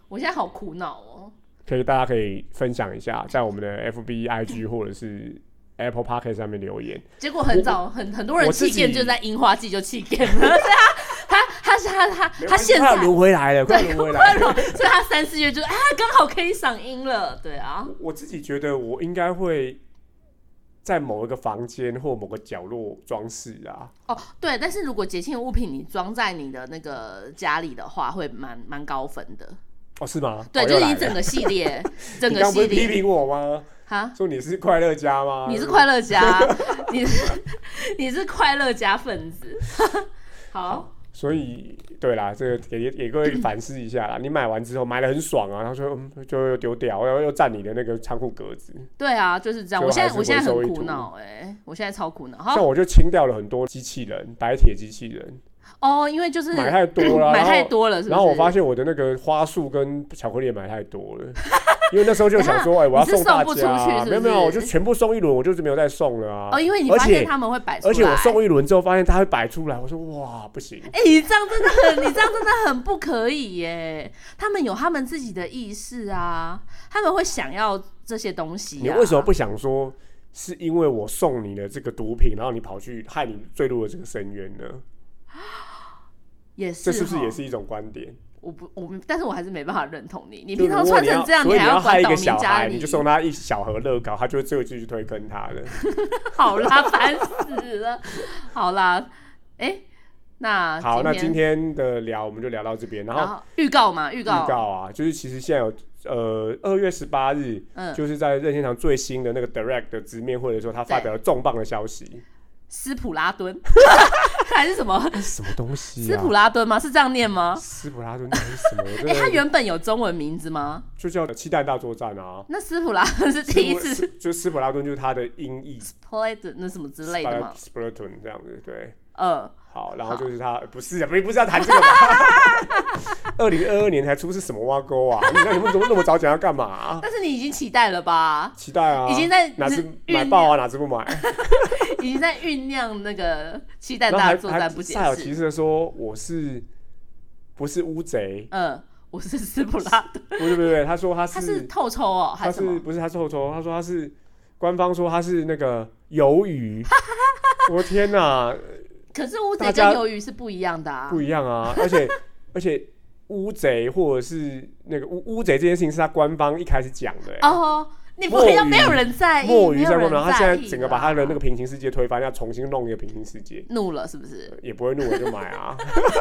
Speaker 2: 我现在好苦恼哦。
Speaker 1: 可以大家可以分享一下，在我们的 FB、IG
Speaker 2: *laughs*
Speaker 1: 或者是 Apple p o c k e t 上面留言。
Speaker 2: 结果很早，很很多人
Speaker 1: 我自
Speaker 2: 弃
Speaker 1: 己
Speaker 2: 剑就在樱花季就弃剑
Speaker 1: *laughs*
Speaker 2: 了，所以他他他是他他他现
Speaker 1: 快
Speaker 2: 在
Speaker 1: 要流回来了，快要流回来
Speaker 2: 快
Speaker 1: 了。
Speaker 2: 乐， *laughs* 所以他三四月就啊刚好可以赏樱了，对啊，
Speaker 1: 我自己觉得我应该会在某一个房间或某个角落装饰啊，
Speaker 2: 哦对，但是如果节庆物品你装在你的那个家里的话，会蛮蛮高分的，
Speaker 1: 哦是吗？
Speaker 2: 对，
Speaker 1: 哦
Speaker 2: 就是
Speaker 1: 又来
Speaker 2: 你
Speaker 1: 了
Speaker 2: 整个系
Speaker 1: *laughs*
Speaker 2: 列整
Speaker 1: 你
Speaker 2: 个
Speaker 1: 刚不
Speaker 2: 系
Speaker 1: 是批
Speaker 2: 列
Speaker 1: 评我吗？
Speaker 2: 哈。
Speaker 1: 说你是快乐家吗？
Speaker 2: 你是快乐家， *laughs* 你是你是快乐家分子， *laughs* 好，
Speaker 1: 所以，对啦，这个给也各位反思一
Speaker 2: *laughs*
Speaker 1: 下啦。你买完之后买的很爽啊，然后就嗯就又丢掉，然后又占你的那个仓库格子。
Speaker 2: 对啊，就是这样。
Speaker 1: 就
Speaker 2: 我现
Speaker 1: 还
Speaker 2: 在
Speaker 1: 是
Speaker 2: 我现在
Speaker 1: 回收
Speaker 2: 很
Speaker 1: 一
Speaker 2: 苦
Speaker 1: 途
Speaker 2: 恼哎，我现在超苦恼。好
Speaker 1: 像我就清掉了很多机器人，白铁机器人，
Speaker 2: 哦，因为就是
Speaker 1: 买太多
Speaker 2: *laughs*
Speaker 1: 啦，
Speaker 2: 买
Speaker 1: 然
Speaker 2: 太
Speaker 1: 后
Speaker 2: 多了，是不是？
Speaker 1: 然后我发现我的那个花束跟巧克力也买太多
Speaker 2: *laughs*
Speaker 1: 了，因为那时候就想说，哎，我要
Speaker 2: 你是
Speaker 1: 送大
Speaker 2: 送不出
Speaker 1: 家
Speaker 2: 去是
Speaker 1: 啊，
Speaker 2: 不
Speaker 1: 没有没有，我
Speaker 2: 是
Speaker 1: 就全部送一轮，我就是没有再送了啊
Speaker 2: 哦，。因为你
Speaker 1: 而
Speaker 2: 发
Speaker 1: 且
Speaker 2: 现他们会摆出来，
Speaker 1: 而且我送一轮之后，发现它会摆出来，我说哇，不行，
Speaker 2: 哎、你这样真的很，你这样真的很不可以耶！他们有他们自己的意识啊，他们会想要这些东西、啊。
Speaker 1: 你为什么不想说？是因为我送你的这个毒品，然后你跑去害你坠入了这个深渊呢？
Speaker 2: 也是？
Speaker 1: 这是不是也？是一种观点？
Speaker 2: 我不，我们，但是我还是没办法认同你。你
Speaker 1: 就
Speaker 2: 平常
Speaker 1: 如果
Speaker 2: 穿
Speaker 1: 你要
Speaker 2: 成这样，
Speaker 1: 所以
Speaker 2: 还
Speaker 1: 你要害
Speaker 2: 管
Speaker 1: 一
Speaker 2: 岛
Speaker 1: 个
Speaker 2: 民
Speaker 1: 小
Speaker 2: 家
Speaker 1: 孩，
Speaker 2: 里？
Speaker 1: 你就送他一小盒乐高，他就会最后继续推坑他的。
Speaker 2: *laughs* 好啦，烦死了。好啦，哎、那
Speaker 1: 好，那今天
Speaker 2: 天，
Speaker 1: 的聊我们就聊到这边，然
Speaker 2: 然
Speaker 1: 后
Speaker 2: 后预告嘛，预
Speaker 1: 预
Speaker 2: 告，
Speaker 1: 告啊，就是其实现在有呃二月十八日，
Speaker 2: 嗯，
Speaker 1: 就是在任天堂最新的那个 Direct 的直面会的时候，他发表了重磅的消息，
Speaker 2: 斯普拉敦 *laughs* 还是什么？
Speaker 1: 什么东西
Speaker 2: 哎斯
Speaker 1: 啊
Speaker 2: 普？拉敦吗？是这样念吗？
Speaker 1: 斯普拉顿到底是什么？我
Speaker 2: *laughs* 哎、
Speaker 1: 真
Speaker 2: 他
Speaker 1: 的
Speaker 2: 原本有中文名字吗？
Speaker 1: 就叫七蛋大作战啊！
Speaker 2: 那斯普拉顿是第一次
Speaker 1: 斯普斯就斯普拉顿就是他的音译
Speaker 2: play 的那什么之类的嘛，
Speaker 1: s p l a t o n 这样子，对。
Speaker 2: 呃，
Speaker 1: 好，然
Speaker 2: 好
Speaker 1: 后就是他，不是啊，不不是要谈这个吧？ *laughs* 二零二二年才出是什么挖沟啊？你那 *laughs* 你们怎么那么早讲要干嘛啊、
Speaker 2: 但是你已经期待了吧？
Speaker 1: 期待啊！
Speaker 2: 已经在
Speaker 1: 哪次
Speaker 2: 酝
Speaker 1: 买爆啊，哪次不买？
Speaker 2: 已经在酝酿那个期待
Speaker 1: 然后
Speaker 2: *laughs* 大
Speaker 1: 还
Speaker 2: 作战不
Speaker 1: 还
Speaker 2: 解
Speaker 1: 煞有
Speaker 2: 释。
Speaker 1: 其事的说我是不是乌贼？
Speaker 2: 嗯，我是斯普拉顿，
Speaker 1: 不是不是，不是他说他
Speaker 2: 他是
Speaker 1: 是
Speaker 2: 透抽哦，还
Speaker 1: 他
Speaker 2: 是什么？
Speaker 1: 不是他是后头，他说他是官方说他是那个鱿
Speaker 2: *laughs*
Speaker 1: 鱼。我天哪，
Speaker 2: 可是乌贼
Speaker 1: 大
Speaker 2: 跟
Speaker 1: 家
Speaker 2: 鱿鱼是不一样的啊。
Speaker 1: 不一样啊！ *laughs* 而且而且乌贼或者是那个乌乌贼这件事情是他官方一开始讲的、欸。
Speaker 2: 哦，你不
Speaker 1: 墨
Speaker 2: 要
Speaker 1: 鱼
Speaker 2: 没有人在意，
Speaker 1: 墨鱼
Speaker 2: 没有
Speaker 1: 相关
Speaker 2: 人
Speaker 1: 然后他现
Speaker 2: 在
Speaker 1: 在
Speaker 2: 意
Speaker 1: 整个把他的那
Speaker 2: 啦
Speaker 1: 个平行世界推翻，要重新弄一个平行世界，
Speaker 2: 怒了是不是？ *laughs*
Speaker 1: 也不会怒我就买啊。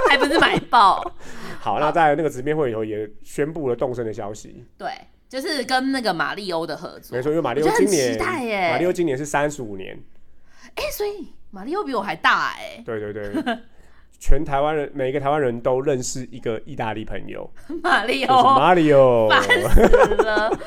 Speaker 2: 还不是买爆？
Speaker 1: *laughs* 好，那在那个直面会里头也宣布了动身的消息，
Speaker 2: 对，就是跟那个马里欧的合作
Speaker 1: 没。错，因为马里
Speaker 2: 我
Speaker 1: 奥
Speaker 2: 觉
Speaker 1: 今
Speaker 2: 得很期
Speaker 1: 年，
Speaker 2: 待耶
Speaker 1: 马里奥今年是三十五年，
Speaker 2: 哎，所以马里欧比我还大哎。
Speaker 1: 对对对。全台湾人每一个台湾人都认识一个意大利朋
Speaker 2: *laughs*
Speaker 1: 友，
Speaker 2: *laughs* 马里
Speaker 1: 就是
Speaker 2: 奥，
Speaker 1: Mario。
Speaker 2: 烦死了。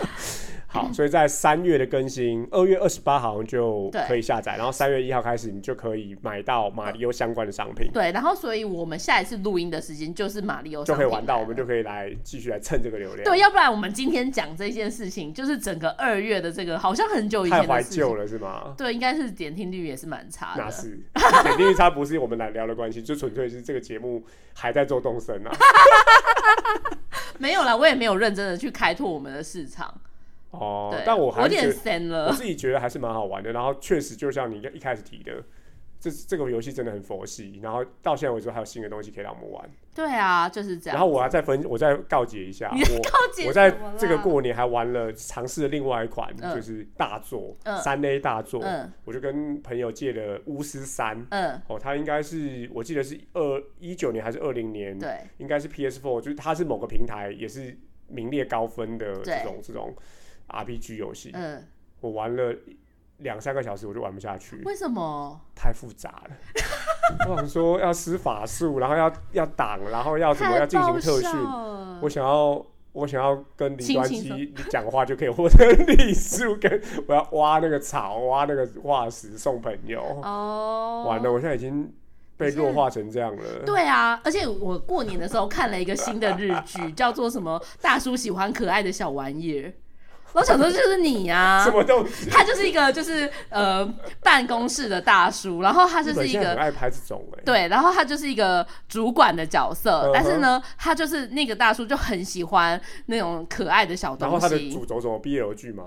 Speaker 2: *laughs*
Speaker 1: 好，所以在三月的更新，二月二十八好像就
Speaker 2: 对
Speaker 1: 可以下载，然后三月一号开始你就可以买到马里奥相关的商品，
Speaker 2: 对，然后所以我们下一次录音的时间就是马里奥
Speaker 1: 就可以
Speaker 2: 商品
Speaker 1: 玩到，
Speaker 2: 来
Speaker 1: 我们
Speaker 2: 了
Speaker 1: 就可以来继续来蹭这个流量。
Speaker 2: 对，要不然我们今天讲这件事情，就是整个二月的这个好像很久以前
Speaker 1: 太
Speaker 2: 的
Speaker 1: 怀
Speaker 2: 事情
Speaker 1: 旧。了是吗？
Speaker 2: 对，应该是点听率也是蛮差
Speaker 1: 那
Speaker 2: 的。
Speaker 1: 是点击率差不是我们来聊的关系，就 *laughs* 纯粹是这个节目还在做动
Speaker 2: *laughs*
Speaker 1: 身啊。
Speaker 2: 没有啦，我也没有认真的去开拓我们的市场。
Speaker 1: 哦
Speaker 2: 对，，
Speaker 1: 但我
Speaker 2: 有
Speaker 1: 还是觉
Speaker 2: 点
Speaker 1: 得
Speaker 2: 深
Speaker 1: 我
Speaker 2: 了。
Speaker 1: 自己觉得还是蛮好玩的。然后确实就像你一开始提的，这这个游戏真的很佛系，然后到现在为止还有新的东西可以让我们玩。
Speaker 2: 对啊，就是这样。
Speaker 1: 然后我还再分，我再告诫一
Speaker 2: *laughs*
Speaker 1: 下，
Speaker 2: 你在
Speaker 1: 我
Speaker 2: 告解
Speaker 1: 我在
Speaker 2: 什么啦
Speaker 1: 这个过年还玩了尝试了另外一款，
Speaker 2: 嗯
Speaker 1: 就是大作
Speaker 2: 嗯
Speaker 1: 三 A 大作，
Speaker 2: 嗯
Speaker 1: 我就跟朋友借了《巫师三》。
Speaker 2: 嗯，
Speaker 1: 哦，它应该是我记得是二一九年还是二零年，
Speaker 2: 对
Speaker 1: 应该是 PS4，就是它是某个平台也是名列高分的这
Speaker 2: 对
Speaker 1: 种这种 RPG 游戏。
Speaker 2: 嗯，
Speaker 1: 我玩了两三个小时，我就玩不下去，
Speaker 2: 为什么？
Speaker 1: 太复杂了。 *laughs* 我想说要施法术，然后要要挡，然后要怎么
Speaker 2: 太
Speaker 1: 要进行
Speaker 2: 爆
Speaker 1: 特训
Speaker 2: 笑。了
Speaker 1: 我想要，我想要跟李
Speaker 2: 轻
Speaker 1: 端
Speaker 2: 轻
Speaker 1: 基讲话就可以获得 *laughs* 礼数，跟我要挖那个草，挖那个化石送朋友。
Speaker 2: 哦，
Speaker 1: 完了，我现在已经被
Speaker 2: 你现在
Speaker 1: 弱化成这样了。
Speaker 2: 对啊，而且我过年的时候看了一个新的日
Speaker 1: *laughs*
Speaker 2: 剧，叫做什么“大叔喜欢可爱的小玩意儿”，我想说就是你呀、
Speaker 1: 什
Speaker 2: 啊。
Speaker 1: 么东西？
Speaker 2: 他就是一个就是呃办公室的大叔，然后他就
Speaker 1: 日本
Speaker 2: 是一
Speaker 1: 现在很
Speaker 2: 个
Speaker 1: 爱拍这种哎、
Speaker 2: 对，然后他就是一个主管的角色，
Speaker 1: 嗯哼
Speaker 2: 但是呢，他就是那个大叔就很喜欢那种可爱的小
Speaker 1: 然后
Speaker 2: 东
Speaker 1: 它的
Speaker 2: 西
Speaker 1: 主，轴什么 BL 剧吗？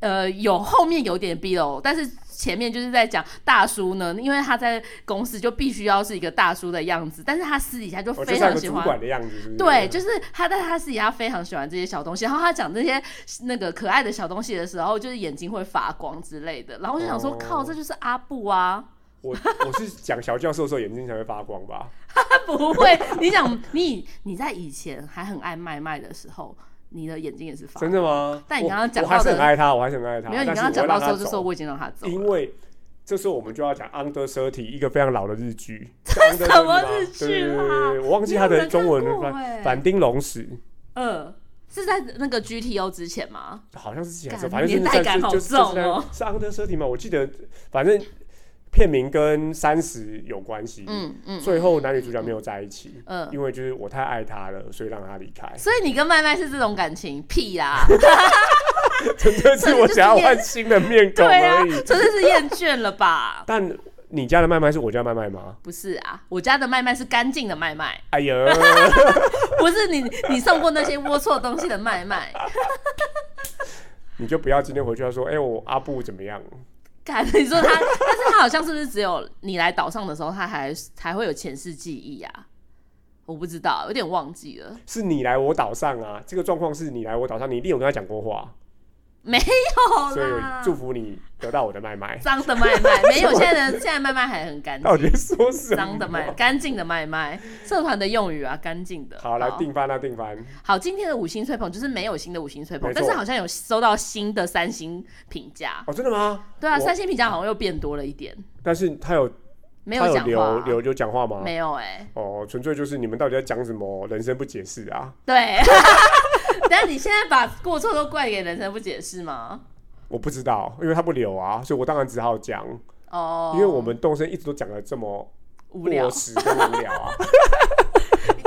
Speaker 2: 呃，有后面有点 B 喽，但是前面就是在讲大叔呢，因为他在公司就必须要是一个大叔的样子，但是他私底下就
Speaker 1: 我哦
Speaker 2: 非
Speaker 1: 就像
Speaker 2: 常
Speaker 1: 个
Speaker 2: 喜
Speaker 1: 主
Speaker 2: 欢
Speaker 1: 管的样子，是不是？
Speaker 2: 对，就是他，但是他私底下非常喜欢这些小东西。然后他讲这些那个可爱的小东西的时候，就是眼睛会发光之类的。然后我就想说，
Speaker 1: 哦
Speaker 2: 靠，这就是阿布
Speaker 1: *laughs*
Speaker 2: 啊！
Speaker 1: 我我是讲小教授的时候眼睛才会发光
Speaker 2: *laughs*
Speaker 1: 吧？
Speaker 2: 他不会，你想你你在以前还很爱麦麦的时候，你的眼睛也是发
Speaker 1: 真
Speaker 2: 光。
Speaker 1: 的吗？
Speaker 2: 但你刚刚讲
Speaker 1: 我我还
Speaker 2: 到
Speaker 1: 是
Speaker 2: 的
Speaker 1: 很爱他，我还是很爱他。
Speaker 2: 没有，你
Speaker 1: 但
Speaker 2: 刚
Speaker 1: 是
Speaker 2: 刚讲到的时候
Speaker 1: 我会让
Speaker 2: 就说
Speaker 1: 他
Speaker 2: 我已经让他走
Speaker 1: 走，因
Speaker 2: 了。
Speaker 1: 为这时候我们就要讲 Under Thirty 一个非常老的日
Speaker 2: *laughs*
Speaker 1: 剧，
Speaker 2: 这什么日剧
Speaker 1: 对对对
Speaker 2: 啦
Speaker 1: 对对我忘记它的
Speaker 2: 没有人
Speaker 1: 中
Speaker 2: 看
Speaker 1: 文
Speaker 2: 过
Speaker 1: 翻
Speaker 2: 欸
Speaker 1: 反町隆史，
Speaker 2: 嗯，是在那个 GTO 之前吗？
Speaker 1: 好像是几还是
Speaker 2: 感
Speaker 1: 反正就是
Speaker 2: 年代
Speaker 1: 在
Speaker 2: 感
Speaker 1: 就
Speaker 2: 好
Speaker 1: 就是
Speaker 2: 重
Speaker 1: 在
Speaker 2: 哦
Speaker 1: 是 Under Thirty 吗？我记得反正片名跟三十有关系，
Speaker 2: 嗯嗯
Speaker 1: 最后男女主角没有在一起，
Speaker 2: 嗯。
Speaker 1: 因为就是我太爱他了，所以让他离开。 *laughs*
Speaker 2: 所以你跟麦麦是这种感情？屁啦！
Speaker 1: 纯粹是我想要换新的面孔
Speaker 2: *laughs* 对啊
Speaker 1: 而，已。
Speaker 2: 真的是厌倦了吧？
Speaker 1: 但你家的麦麦是我家麦麦吗？
Speaker 2: 不是啊，我家的麦麦是干净的麦麦。
Speaker 1: 哎呀，
Speaker 2: 不是你，你送过那些龌龊东西的麦麦，
Speaker 1: *laughs* 你就不要今天回去要说，哎、我阿布怎么样？
Speaker 2: 看你说他，但是他好像是不是只有你来岛上的时候，他还才会有前世记忆啊？我不知道，有点忘记了。
Speaker 1: 是你来我岛上啊？这个状况是你来我岛上，你一定有跟他讲过话，
Speaker 2: 没有
Speaker 1: 所以
Speaker 2: 啦，
Speaker 1: 祝福你得到我的麦
Speaker 2: *laughs*
Speaker 1: 麦。
Speaker 2: 脏的麦
Speaker 1: *laughs*
Speaker 2: 麦没有，现在的现在麦麦还很干
Speaker 1: 到底
Speaker 2: 净，
Speaker 1: 说什么？
Speaker 2: 脏的麦，干净的麦麦，社团的用语啊，干净的。
Speaker 1: 好，来定番啊，定番。
Speaker 2: 好，今天的五星吹捧就是没有新的五星吹捧
Speaker 1: 没，错
Speaker 2: 但是好像有收到新的三星评价。
Speaker 1: 哦，真的吗？
Speaker 2: 对啊，
Speaker 1: 我
Speaker 2: 三星评价好像又变多了一点，
Speaker 1: 但是他有
Speaker 2: 没
Speaker 1: 他有
Speaker 2: 讲话
Speaker 1: 留
Speaker 2: 啊，
Speaker 1: 留留讲话吗？
Speaker 2: 没有哎、
Speaker 1: 哦，纯粹就是你们到底在讲什么？人生不解释啊！ *laughs*
Speaker 2: 对，但你现在把过错都怪给人生不解释吗？
Speaker 1: 我不知道，因为他不留啊，所以我当然只好讲，
Speaker 2: 哦，
Speaker 1: 因为我们动身一直都讲的这么
Speaker 2: 无聊
Speaker 1: 过，时跟无聊啊。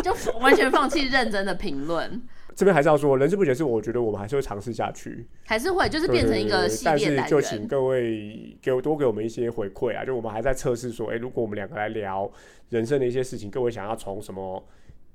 Speaker 2: 就完全放弃认真的评论，
Speaker 1: 这边还是要说，人事不解释，我觉得我们还是会尝试下去，
Speaker 2: 还是会就是变成一个
Speaker 1: 对
Speaker 2: 系
Speaker 1: 但
Speaker 2: 列
Speaker 1: 是
Speaker 2: 单
Speaker 1: 就请
Speaker 2: 元。
Speaker 1: 各位给我多给我们一些回馈啊，就我们还在测试说，哎、如果我们两个来聊人生的一些事情，各位想要从什么，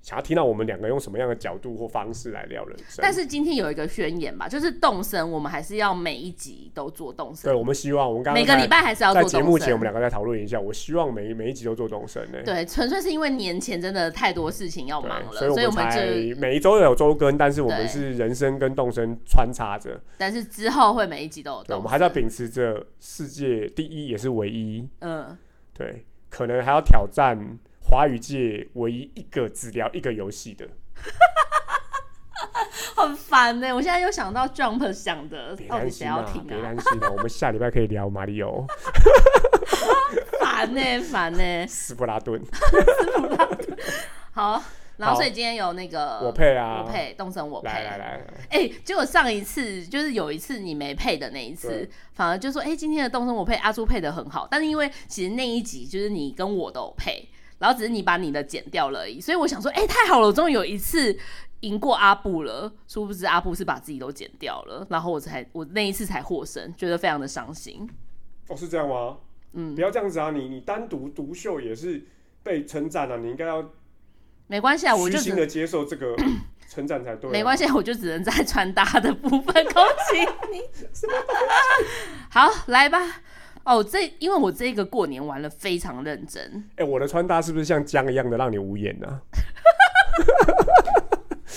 Speaker 1: 想要听到我们两个用什么样的角度或方式来聊人生？
Speaker 2: 但是今天有一个宣言吧，就是动身，我们还是要每一集都做动身
Speaker 1: 对，，我们希望我们刚刚
Speaker 2: 每个礼
Speaker 1: 在
Speaker 2: 拜还是要
Speaker 1: 在
Speaker 2: 做
Speaker 1: 节目
Speaker 2: 动
Speaker 1: 前，我
Speaker 2: 身
Speaker 1: 们。两个再讨论一下，我希望每每一集都做动身呢、
Speaker 2: 对，纯粹是因为年前真的太多事情要忙了，
Speaker 1: 对，
Speaker 2: 所
Speaker 1: 所以我
Speaker 2: 们
Speaker 1: 才
Speaker 2: 就
Speaker 1: 每一周都有周更，但是我
Speaker 2: 对
Speaker 1: 们是人生跟动身穿插着，
Speaker 2: 但是之后会每一集都有
Speaker 1: 对，我们
Speaker 2: 动身。
Speaker 1: 还是要秉持着世界第一也是唯一
Speaker 2: 嗯，
Speaker 1: 对，可能还要挑战华语界唯一一个只聊一个游戏的。
Speaker 2: 很烦呢、欸我现在又想到 Jump 想的，
Speaker 1: 别
Speaker 2: 到底
Speaker 1: 担
Speaker 2: 谁
Speaker 1: 心
Speaker 2: 要
Speaker 1: 啊
Speaker 2: 听，
Speaker 1: 别
Speaker 2: 啊？
Speaker 1: 担心啊，我们下礼拜可以聊马里
Speaker 2: *laughs*
Speaker 1: 奥、
Speaker 2: 烦呢、烦呢、
Speaker 1: 斯普拉顿，
Speaker 2: 好，然
Speaker 1: 好
Speaker 2: 后所以今天有那个
Speaker 1: 我配啊，
Speaker 2: 呃我配动森我配，
Speaker 1: 来来来，来
Speaker 2: 哎、结果上一次就是有一次你没配的那一次
Speaker 1: 对，
Speaker 2: 反而就说，哎、今天的动身我配阿朱配的很好，但是因为其实那一集就是你跟我都有配，然后只是你把你的剪掉了而已，所以我想说，哎、太好了，我终于有一次赢过阿布了。殊不知阿布是把自己都剪掉了，然后我才我那一次才获胜，觉得非常的伤心。
Speaker 1: 哦，是这样吗？
Speaker 2: 嗯
Speaker 1: 不要这样子啊！你你单独独秀也是被称赞啊，你应该要
Speaker 2: 没关系啊，我
Speaker 1: 虚
Speaker 2: 就
Speaker 1: 心
Speaker 2: 只
Speaker 1: 的接受这
Speaker 2: *coughs*
Speaker 1: 个称赞才对、
Speaker 2: 没关
Speaker 1: 系，
Speaker 2: 系啊，我就只能在穿搭的部分恭喜
Speaker 1: *laughs*
Speaker 2: 你。好，来吧。哦，这因为我这个过年玩的非常认真，
Speaker 1: 哎、我的穿搭是不是像姜一样的让你无言呢、啊？ *laughs*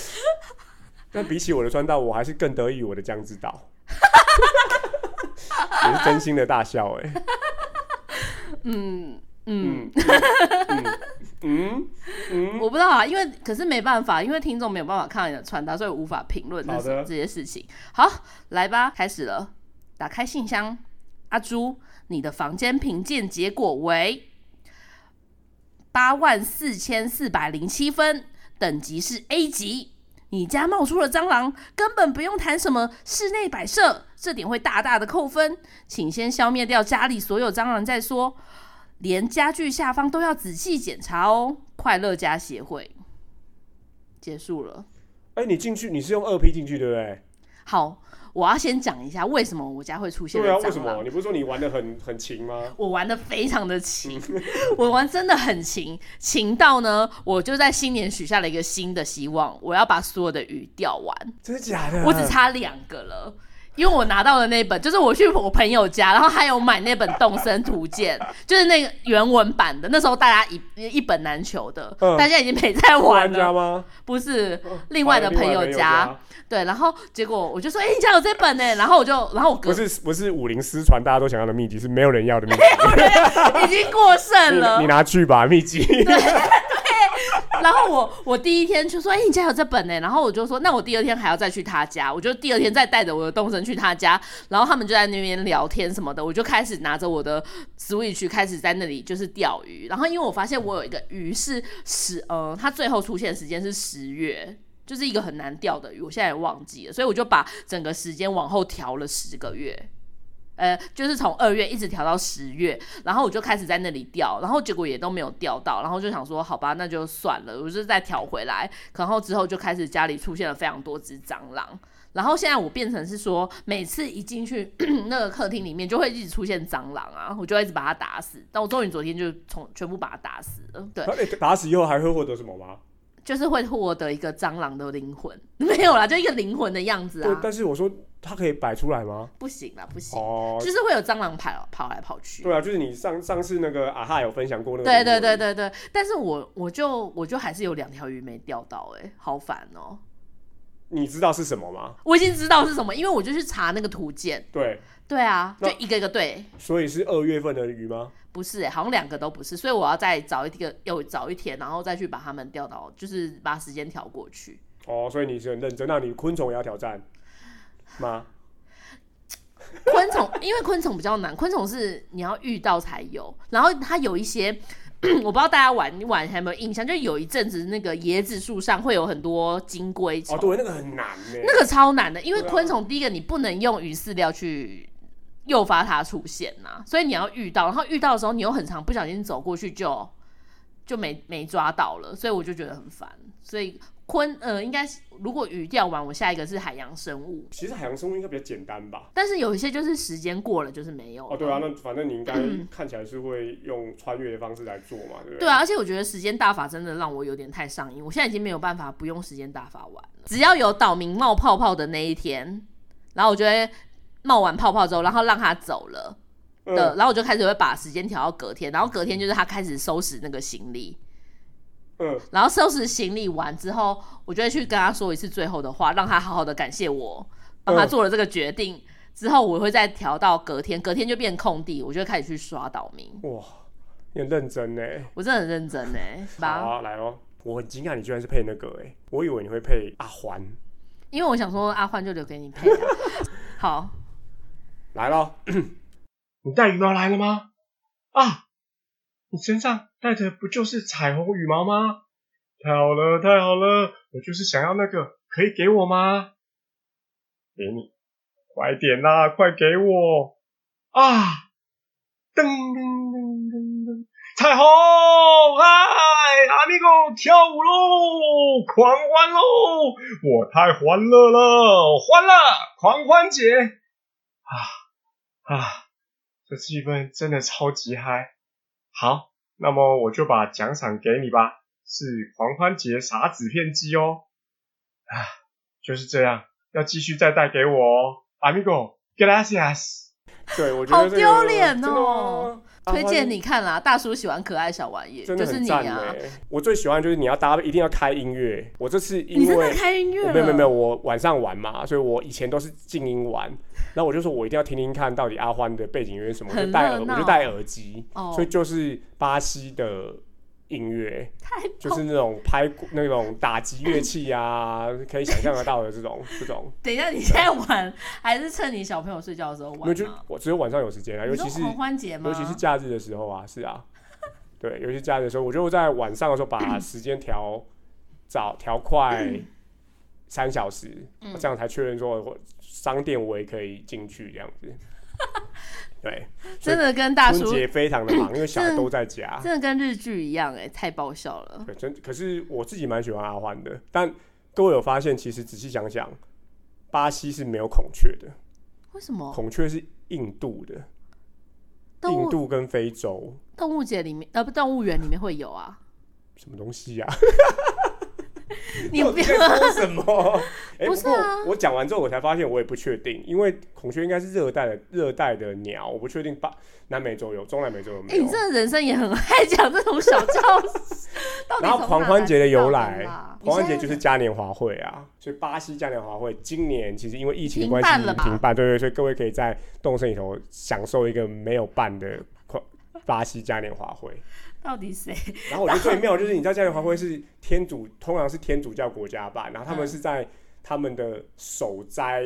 Speaker 1: 但比起我的穿搭，我还是更得益于我的姜之岛。 *laughs* 也是真心的大笑哎、
Speaker 2: 嗯，嗯，
Speaker 1: 嗯嗯嗯
Speaker 2: 我不知道啊，因为可是没办法，因为听众没有办法看到你的穿搭，所以无法评论这
Speaker 1: 好的
Speaker 2: 这些事情。好，来吧，开始了，打开信箱，阿朱，你的房间评鉴结果为八万四千四百零七分，等级是 A 级。你家冒出了蟑螂，根本不用谈什么室内摆设，这点会大大的扣分。请先消灭掉家里所有蟑螂再说，连家具下方都要仔细检查哦。快乐家协会结束了。
Speaker 1: 哎、你进去你是用二 P 进去对不对？
Speaker 2: 好，我要先讲一下为什么我家会出现
Speaker 1: 对啊，
Speaker 2: 了
Speaker 1: 为
Speaker 2: 蟑
Speaker 1: 什
Speaker 2: 螂
Speaker 1: 么？。你不是说你玩的很很勤吗？
Speaker 2: 我玩的非常的勤，我玩真的很勤，勤到呢，我就在新年许下了一个新的希望，我要把所有的鱼钓完。
Speaker 1: 真的假的？
Speaker 2: 我只差两个了。因为我拿到了那本，就是我去我朋友家，然后还有买那本《动森图鉴》，就是那个原文版的。那时候大家一一本难求的，
Speaker 1: 嗯
Speaker 2: 大家已经没在玩
Speaker 1: 玩家
Speaker 2: 了，
Speaker 1: 吗？
Speaker 2: 不是
Speaker 1: 哦
Speaker 2: 另外的
Speaker 1: 好
Speaker 2: 朋友家。对，然后结果我就说：“哎、你家有这本呢、然后我就，然后我
Speaker 1: 不
Speaker 2: 哥
Speaker 1: 是不是武林失传，大家都想要的秘籍是没有人要的秘籍。
Speaker 2: 已经过剩
Speaker 1: 你
Speaker 2: 了。
Speaker 1: 拿你拿去吧，秘籍。
Speaker 2: 然后我我第一天就说，哎、你家有这本呢、然后我就说，那我第二天还要再去他家，我就第二天再带着我的动身去他家，然后他们就在那边聊天什么的，我就开始拿着我的 Switch 开始在那里就是钓鱼。然后因为我发现我有一个鱼是十，呃，它最后出现的时间是十月。就是一个很难钓的鱼，我现在也忘记了，所以我就把整个时间往后调了十个月。呃，就是从二月一直调到十月，然后我就开始在那里钓，然后结果也都没有钓到，然后就想说好吧，那就算了，我就再调回来。然后之后就开始家里出现了非常多只蟑螂，然后现在我变成是说，每次一进去 *coughs* 那个客厅里面就会一直出现蟑螂啊，我就会一直把它打死。但我终于昨天就从全部把它打死了，对，
Speaker 1: 哎 *laughs* 打死以后还会获得什么吗？
Speaker 2: 就是会获得一个蟑螂的灵魂， *laughs* 没有啦，就一个灵魂的样子
Speaker 1: 对
Speaker 2: 啊，，
Speaker 1: 但是我说它可以摆出来吗？
Speaker 2: 不行啦，不行，
Speaker 1: 哦，
Speaker 2: 就是会有蟑螂跑跑来跑去。
Speaker 1: 对啊，就是你上上次那个啊哈有分享过那个。
Speaker 2: 对对对。对对，但是我我就我就还是有两条鱼没钓到、欸，好烦哦、
Speaker 1: 你知道是什么吗？
Speaker 2: 我已经知道是什么，因为我就去查那个图鉴。
Speaker 1: 对，
Speaker 2: 对啊，就
Speaker 1: 那
Speaker 2: 一个一个对，
Speaker 1: 所以是二月份的鱼吗？
Speaker 2: 不是、欸，好像两个都不是，所以我要再找一个，又找一天，然后再去把它们钓到，就是把时间调过去。
Speaker 1: 哦，所以你是很认真，那你昆虫也要挑战吗？
Speaker 2: 昆虫， *laughs* 因为昆虫比较难，昆虫是你要遇到才有，然后它有一些。 *clears throat* 我不知道大家玩玩还有没有印象，就有一阵子那个椰子树上会有很多金龟虫
Speaker 1: 哦，，对，那个很难呢。
Speaker 2: 那个超难的，因为
Speaker 1: 对啊
Speaker 2: 昆虫第一个你不能用鱼饲料去诱发它出现呐、所以你要遇到，然后遇到的时候你又很常不小心走过去就就没没抓到了，所以我就觉得很烦。所以昆呃，应该是如果鱼钓完，我下一个是海洋生物，
Speaker 1: 其实海洋生物应该比较简单吧？
Speaker 2: 但是有一些就是时间过了就是没有了。
Speaker 1: 哦，对啊，那反正你应该看起来是会用穿越的方式来做嘛，对不对？
Speaker 2: 嗯对啊，而且我觉得时间大法真的让我有点太上瘾，我现在已经没有办法不用时间大法玩了。只要有岛民冒泡泡的那一天，然后我就会冒完泡泡之后，然后让他走了
Speaker 1: 嗯，
Speaker 2: 的，然后我就开始会把时间调到隔天，然后隔天就是他开始收拾那个行李，
Speaker 1: 嗯，
Speaker 2: 然后收拾行李完之后，我就会去跟他说一次最后的话，让他好好的感谢我，帮他
Speaker 1: 嗯
Speaker 2: 做了这个决定。之后我会再调到隔天，隔天就变空地，我就会开始去刷岛民。
Speaker 1: 哇，你很认真呢。
Speaker 2: 我真的很认真呢、欸
Speaker 1: 好
Speaker 2: 吧？
Speaker 1: 欸啊，来哦！我很惊讶你居然是配那个哎、我以为你会配阿环，
Speaker 2: 因为我想说阿焕就留给你配
Speaker 1: *laughs*
Speaker 2: 啊。好，
Speaker 1: 来
Speaker 2: *laughs*
Speaker 1: 咯，
Speaker 3: 你带羽毛来了吗？啊，你身上带的不就是彩虹羽毛吗？太好了，太好了，我就是想要那个，可以给我吗？给你，快点啦，快给我！啊，噔噔噔噔噔，彩虹，嗨，阿米狗跳舞喽，狂欢喽！我太欢乐了，欢乐狂欢节！啊啊，这气氛真的超级嗨！好，那么我就把奖赏给你吧。是狂欢节撒纸片机哦。啊，就是这样，要继续再带给我哦，Amigo，gracias。
Speaker 1: 对我觉
Speaker 2: 好
Speaker 1: 得这个
Speaker 2: 丢脸
Speaker 1: 真的
Speaker 2: 哦
Speaker 1: 吗阿
Speaker 2: 推
Speaker 1: 欢
Speaker 2: 荐你看啦，大叔喜欢可爱小玩意，
Speaker 1: 真
Speaker 2: 就
Speaker 1: 的
Speaker 2: 是
Speaker 1: 很
Speaker 2: 你
Speaker 1: 赞
Speaker 2: 啊
Speaker 1: 哎、，我最喜欢就是你要搭一定要开音乐，我这次因
Speaker 2: 你真的
Speaker 1: 为
Speaker 2: 开音乐
Speaker 1: 我
Speaker 2: 了？
Speaker 1: 没有没有没有，我晚上玩嘛，所以我以前都是静音玩，然后我就说我一定要听听看到底阿欢的背景音乐是什么，我
Speaker 2: 很
Speaker 1: 就戴耳
Speaker 2: 热
Speaker 1: 我
Speaker 2: 闹
Speaker 1: 就戴耳机，
Speaker 2: 哦
Speaker 1: 所以就是巴西的音乐，
Speaker 2: 太
Speaker 1: 就是那种拍鼓那种打击乐器啊，可以想象得到的这种这种，
Speaker 2: 等一下，你现在玩 *laughs* 还是趁你小朋友睡觉的时候玩
Speaker 1: 那就
Speaker 2: 啊？
Speaker 1: 我只有晚上有时间啊，尤
Speaker 2: 你说
Speaker 1: 其是
Speaker 2: 狂欢节吗？
Speaker 1: 尤其是假日的时候啊，是啊，对，尤其假日的时候，我就在晚上的时候把时间调早调快三小时，
Speaker 2: 嗯
Speaker 1: 这样才确认说我商店我也可以进去这样
Speaker 2: *laughs*
Speaker 1: 子。对，
Speaker 2: 真的跟大
Speaker 1: 春
Speaker 2: 叔，
Speaker 1: 节非常的忙，因为小孩都在家。
Speaker 2: 真的跟日剧一样哎、太爆笑了。
Speaker 1: 对，真可是我自己蛮喜欢阿欢的，但各位有发现，其实仔细想想，巴西是没有孔雀的，
Speaker 2: 为什么
Speaker 1: 孔雀是印度的，
Speaker 2: 动
Speaker 1: 印
Speaker 2: 物
Speaker 1: 度跟非洲
Speaker 2: 动物节里面呃不动物园里面会有
Speaker 1: *laughs*
Speaker 2: 啊？
Speaker 1: 什么东西呀、
Speaker 2: 你
Speaker 1: *laughs* 我
Speaker 2: 不
Speaker 1: 在
Speaker 2: 要 *laughs*
Speaker 1: 说什么？哎
Speaker 2: 不是啊
Speaker 1: 过我讲完之后，我才发现我也不确定，因为孔雀应该是热带的热带的鸟，我不确定巴南美洲有，中南美洲有没
Speaker 2: 哎、
Speaker 1: 有？
Speaker 2: 你这人生也很爱讲这种小教室。 *laughs* 到底
Speaker 1: 然后
Speaker 2: 从
Speaker 1: 狂
Speaker 2: 哪
Speaker 1: 欢节的由
Speaker 2: 来
Speaker 1: 来
Speaker 2: 知道的啦，
Speaker 1: 狂欢节就
Speaker 2: 啊你
Speaker 1: 是
Speaker 2: 现
Speaker 1: 嘉年华会啊，所以巴西嘉年华会今年其实因为疫情的
Speaker 2: 停
Speaker 1: 关系
Speaker 2: 办了吧
Speaker 1: 停办，对对，所以各位可以在动森里头享受一个没有办的狂巴西嘉年华会。
Speaker 2: 在到底谁？
Speaker 1: 然后我觉得最妙就是，你知道嘉年华会是天主，通常是天主教国家办，然后他们
Speaker 2: 嗯
Speaker 1: 是在他们的守斋，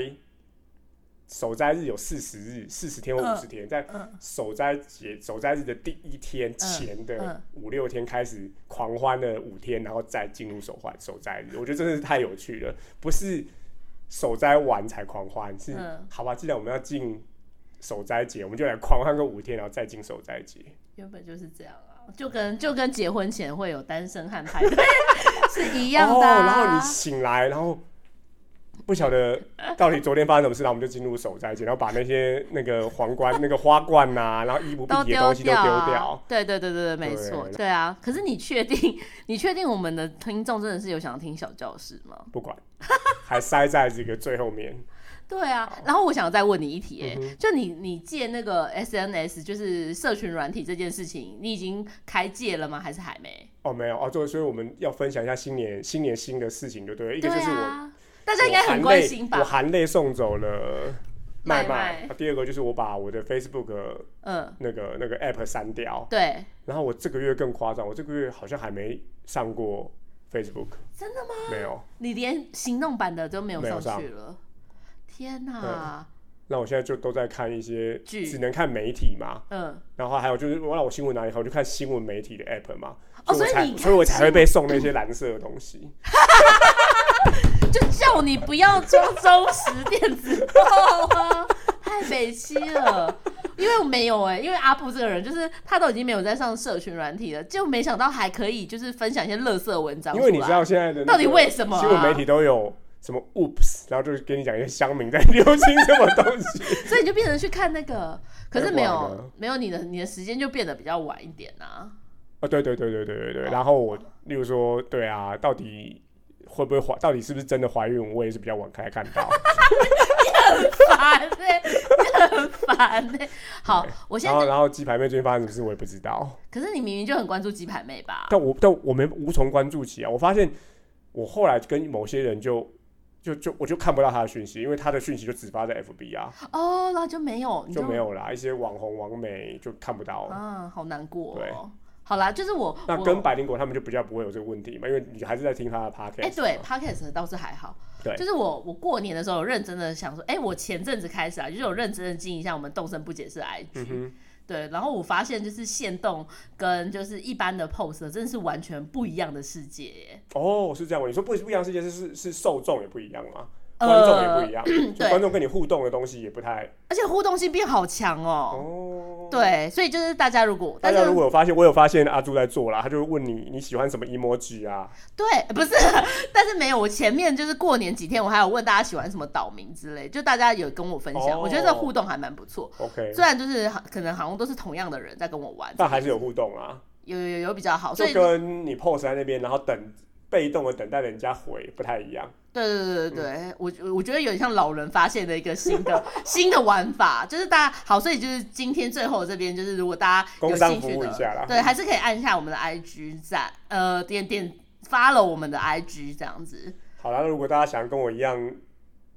Speaker 1: 守斋日有四十日，四十天或五十天，在
Speaker 2: 嗯
Speaker 1: 守斋节守斋日的第一天前的
Speaker 2: 嗯
Speaker 1: 五六天开始狂欢了五天，然后再进入守欢守斋日，我觉得真的是太有趣了，不是守斋完才狂欢，是
Speaker 2: 嗯
Speaker 1: 好吧？既然我们要进守斋节，我们就来狂欢个五天，然后再进守斋节。
Speaker 2: 原本就是这样啊，就跟就跟结婚前会有单身汉
Speaker 1: *laughs*
Speaker 2: 派对是一样
Speaker 1: 哦，
Speaker 2: 的、啊
Speaker 1: 然后你醒来，然后不晓得到底昨天发生什么事，然后我们就进入守斋节，然后把那些那个皇
Speaker 2: *laughs*
Speaker 1: 冠、那个花冠呐、然后衣服、
Speaker 2: 都
Speaker 1: 笔的
Speaker 2: 丢
Speaker 1: 东西都丢
Speaker 2: 啊
Speaker 1: 掉。
Speaker 2: 对对对对对，没错，
Speaker 1: 对
Speaker 2: 对啊。可是你确定？你确定我们的听众真的是有想听小教室吗？
Speaker 1: 不管，还塞在这个最后面。
Speaker 2: 对啊。然后我想再问你一
Speaker 1: 嗯
Speaker 2: 题、欸，就你你戒那个 SNS，就是社群软体这件事情，你已经开戒了吗？还是还没？
Speaker 1: 哦，没有哦，对，所以我们要分享一下新年新年新的事情，就对了，一个
Speaker 2: 对
Speaker 1: 就是我，
Speaker 2: 啊，大家应
Speaker 1: 我
Speaker 2: 该
Speaker 1: 含
Speaker 2: 很关
Speaker 1: 泪
Speaker 2: 心
Speaker 1: 我
Speaker 2: 吧？
Speaker 1: 含泪送走了麦
Speaker 2: 麦
Speaker 1: 麦。
Speaker 2: 麦
Speaker 1: 啊第二个就是我把我的 Facebook
Speaker 2: 嗯，
Speaker 1: 那个那个 App 删掉，
Speaker 2: 对，
Speaker 1: 然后我这个月更夸张，我这个月好像还没上过 Facebook，
Speaker 2: 真的吗？
Speaker 1: 没有。
Speaker 2: 你连行动版的都没有
Speaker 1: 没有
Speaker 2: 上去了，天哪！
Speaker 1: 那我现在就都在看一些，
Speaker 2: 剧
Speaker 1: 只能看媒体嘛，
Speaker 2: 嗯，
Speaker 1: 然后还有就是，我让我新闻哪里好，我就看新闻媒体的 app 嘛，
Speaker 2: 哦
Speaker 1: 所以我
Speaker 2: 所
Speaker 1: 才
Speaker 2: 以你看
Speaker 1: 所以我才会被送那些蓝色的东
Speaker 2: *laughs*
Speaker 1: 西。
Speaker 2: 就叫你不要装忠实电子报啊， *laughs* 太北七了。因为我没有哎、因为阿布这个人就是他都已经没有在上社群软体了，就没想到还可以就是分享一些乐色文章出
Speaker 1: 因
Speaker 2: 来。
Speaker 1: 为你知道现在的那个
Speaker 2: 到底为啊什么啊
Speaker 1: 新闻媒体都有什么 oops，然后就是给你讲一些乡民在流行什么东西。 *laughs*
Speaker 2: 所以你就变成去看那个，可是没
Speaker 1: 太晚了
Speaker 2: 有没有你的你的时间就变得比较晚一点啊。 *laughs*
Speaker 1: 哦，对对对对对对对。然后我例如说，对啊，到底会不会怀，到底是不是真的怀孕，我也是比较晚才看
Speaker 2: *laughs*
Speaker 1: 到。
Speaker 2: 烦呢、你很烦呢、好，我现
Speaker 1: 然后
Speaker 2: 在
Speaker 1: 然后鸡排妹最近发生什么事，我也不知道。
Speaker 2: 可是你明明就很关注鸡排妹吧？
Speaker 1: 但我但我没无从关注起啊。我发现我后来跟某些人就就就我就看不到他的讯息，因为他的讯息就只发在 FB 啊，
Speaker 2: 哦，然后就没有，你
Speaker 1: 就没有啦。一些网红、网美就看不到。
Speaker 2: 啊，好难过、
Speaker 1: 对
Speaker 2: 哦。好啦，就是我
Speaker 1: 那
Speaker 2: 哦我
Speaker 1: 跟百灵果他们就比较不会有这个问题嘛，因为你还是在听他的 podcast。
Speaker 2: 哎、对 p o c k e t 倒是还好。
Speaker 1: 对
Speaker 2: 就是我我过年的时候有认真的想说，哎、我前阵子开始啊，就是有认真的经营一下我们动身不解释的 IG，、
Speaker 1: 嗯哼，
Speaker 2: 对，然后我发现就是限动跟就是一般的 post 真的是完全不一样的世界耶。
Speaker 1: 哦，是这样吗？你说不不一样世界是是是受众也不一样吗？
Speaker 2: 呃
Speaker 1: 观众也不一样，
Speaker 2: 对
Speaker 1: 就观众跟你互动的东西也不太
Speaker 2: 而且互动性变好强哦。
Speaker 1: 哦。，
Speaker 2: 对，所以就是大家如果，
Speaker 1: 大
Speaker 2: 但
Speaker 1: 家如
Speaker 2: 是
Speaker 1: 果有发现，我有发现阿朱在做啦，他就会问你你喜欢什么 emoji 啊？
Speaker 2: 对，不是， *laughs* 但是没有。我前面就是过年几天，我还有问大家喜欢什么岛民之类，就大家有跟我分享，
Speaker 1: 哦
Speaker 2: 我觉得这互动还蛮不错。
Speaker 1: OK，
Speaker 2: 虽然就是好可能好像都是同样的人在跟我玩，
Speaker 1: 但还是有互动啊，
Speaker 2: 有有有有比较好，
Speaker 1: 就
Speaker 2: 哦所以对
Speaker 1: 跟你 pose 在那边，然后等被动的等待人家回不太一样。
Speaker 2: 对对对
Speaker 1: 嗯
Speaker 2: 对，我我觉得有点像老人发现的一个新
Speaker 1: *laughs*
Speaker 2: 的新的玩法，就是大家好，所以就是今天最后这边就是如果大家有
Speaker 1: 工商
Speaker 2: 兴趣
Speaker 1: 服务
Speaker 2: 的
Speaker 1: 一下啦，
Speaker 2: 对，还是可以按一下我们的 IG 赞，呃，点点 follow 我们的 IG 这样子。
Speaker 1: 好啦，那如果大家想跟我一样，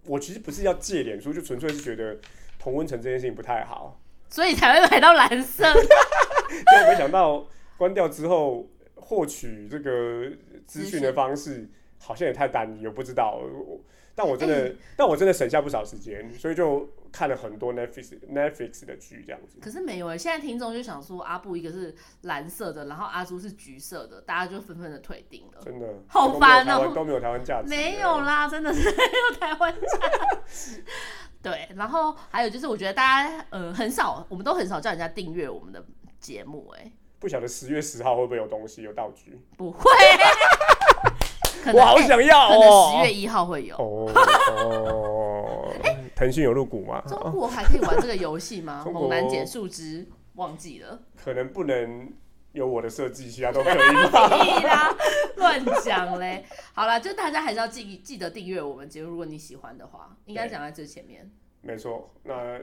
Speaker 1: 我其实不是要戒脸书，就纯粹是觉得同温层这件事情不太
Speaker 2: *laughs*
Speaker 1: 好，
Speaker 2: 所以才会买到蓝色。
Speaker 1: 但我没想到关掉之后获取这个资讯的方式好像也太单一，我不知道。我但我真的，
Speaker 2: 哎
Speaker 1: 但我真的省下不少时间，所以就看了很多 Netflix Netflix 的剧这样子。
Speaker 2: 可是没有哎、现在听众就想说阿布一个是蓝色的，然后阿朱是橘色的，大家就纷纷的退订了。
Speaker 1: 真的
Speaker 2: 好烦哦
Speaker 1: 都没有台湾都没有台湾价值，啊
Speaker 2: 没有。啦，真的是没有台湾价值。对，然后还有就是，我觉得大家呃很少，我们都很少叫人家订阅我们的节目、哎，
Speaker 1: 不晓得十月十号会不会有东西有道具，
Speaker 2: 不会，可
Speaker 1: 我
Speaker 2: 能
Speaker 1: 好
Speaker 2: 哎
Speaker 1: 想要
Speaker 2: 可能十
Speaker 1: *laughs* 哦
Speaker 2: 月。一号会有。哎
Speaker 1: 哦
Speaker 2: *laughs*
Speaker 1: 哦，腾讯有入股吗？
Speaker 2: 中国还可以玩这个游戏吗？
Speaker 1: *laughs* 中国
Speaker 2: 猛男捡树枝，忘记
Speaker 1: *laughs*
Speaker 2: 了。
Speaker 1: 可能不能有我的设计，其他都可以
Speaker 2: *laughs*
Speaker 1: 吧。
Speaker 2: 屁啦，乱讲嘞。好啦，就大家还是要记记得订阅我们节目，如果你喜欢的话，应该讲在最前面。
Speaker 1: 没错，那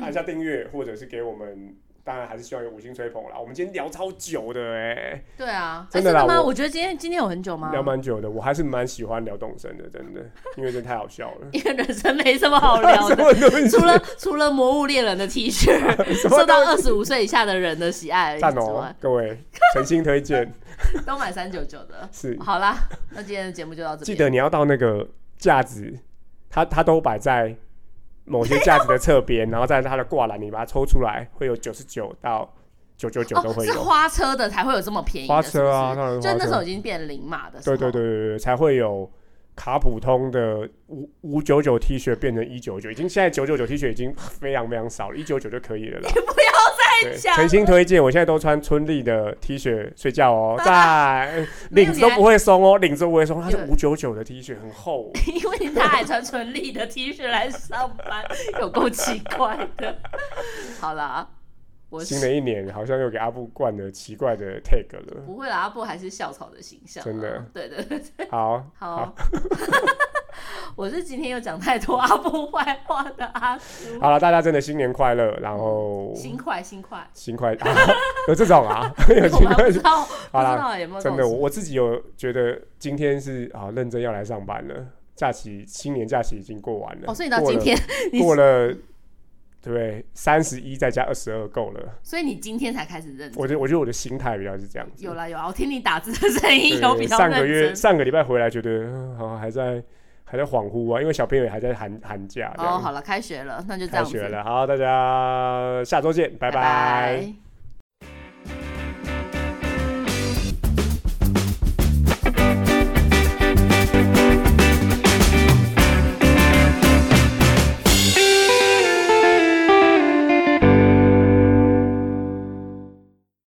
Speaker 1: 按下订阅或者是给我们，当然还是希望有五星吹捧啦。我们今天聊超久的哎、
Speaker 2: 对啊，
Speaker 1: 真的啦
Speaker 2: 哎吗？
Speaker 1: 我
Speaker 2: 我觉得今天今天有很久吗？。
Speaker 1: 聊蛮久的，我还是蛮喜欢聊动身的，真的，因为真的太好笑了
Speaker 2: *laughs* 因为人生没什么好
Speaker 1: *laughs*
Speaker 2: 聊
Speaker 1: 什
Speaker 2: 的。
Speaker 1: 么东西
Speaker 2: *laughs* 除了除了《魔物猎人》的
Speaker 1: *laughs*
Speaker 2: T 恤
Speaker 1: 什么
Speaker 2: 受到
Speaker 1: 东
Speaker 2: 二
Speaker 1: 西
Speaker 2: 十五岁以下的人的喜爱而已
Speaker 1: 赞
Speaker 2: 之
Speaker 1: 哦
Speaker 2: 外，，
Speaker 1: 各位诚心推
Speaker 2: *laughs*
Speaker 1: 荐，
Speaker 2: 都买三九九的。
Speaker 1: 是
Speaker 2: 好啦，那今天的节目就到这
Speaker 1: 记
Speaker 2: 边。
Speaker 1: 得你要到那个架子，它它都摆在某些架子的侧
Speaker 2: *laughs*
Speaker 1: 边，然后在它的挂篮，你把它抽出来，会有九十九到九九九都
Speaker 2: 哦，
Speaker 1: 会
Speaker 2: 是
Speaker 1: 有。
Speaker 2: 花车的才会有这么便宜的。
Speaker 1: 花车啊
Speaker 2: 是不
Speaker 1: 当然
Speaker 2: 是
Speaker 1: 是
Speaker 2: 就
Speaker 1: 花
Speaker 2: 那
Speaker 1: 车
Speaker 2: 时候已经变零码的时候。
Speaker 1: 对对对对对，才会有卡普通的五五九九 T 恤变成一九九，已经现在九九九 T 恤已经非常非常少了，一九九就可以了啦。
Speaker 2: 不要
Speaker 1: 对，
Speaker 2: 讲
Speaker 1: 诚心推荐，我现在都穿春丽的 T 恤睡觉哦，在
Speaker 2: 没有
Speaker 1: 领子都
Speaker 2: 你还
Speaker 1: 不会松哦，领子都不会松，它是
Speaker 2: 对
Speaker 1: 五九九的 T 恤，很厚哦。
Speaker 2: 因为他还穿纯丽的 T 恤来上班，有够奇怪
Speaker 1: *laughs*
Speaker 2: 的。好啦，我
Speaker 1: 新
Speaker 2: 是
Speaker 1: 的一年好像又给阿布冠了奇怪的 tag 了。
Speaker 2: 不会啦，阿布还是校草的形象啊、
Speaker 1: 真的
Speaker 2: 对对对，
Speaker 1: 好，
Speaker 2: 好。 *laughs* 我是今天又讲太多阿布坏话的阿叔，
Speaker 1: 好了，大家真的新年快乐，然后
Speaker 2: 嗯新快新快，
Speaker 1: 新快啊， *laughs* 有这种啊， *laughs* 有
Speaker 2: 我
Speaker 1: 新
Speaker 2: 们
Speaker 1: 快
Speaker 2: 不知道不
Speaker 1: 好
Speaker 2: 知
Speaker 1: 啦
Speaker 2: 道有没有这
Speaker 1: 真
Speaker 2: 种
Speaker 1: 的，
Speaker 2: 事
Speaker 1: 我我自己有觉得今天是啊，认真要来上班了。假期新年假期已经过完了，
Speaker 2: 哦，所以你到今天，你
Speaker 1: 过了过了对三十一再加二十二够了。
Speaker 2: 所以你今天才开始认真。
Speaker 1: 我觉得我觉得我的心态比较是这样子。
Speaker 2: 有啦有啦，我听你打字的声
Speaker 1: 对
Speaker 2: 音有比较
Speaker 1: 上个月
Speaker 2: 认真。
Speaker 1: 上个礼拜回来觉得嗯好、还在还在恍惚啊，因为小朋友也还在寒寒假这样。
Speaker 2: 哦哦，好了，开学了，那就这
Speaker 1: 开
Speaker 2: 样子
Speaker 1: 学，了，好，大家下周见，拜
Speaker 2: 拜
Speaker 1: 拜。
Speaker 2: 拜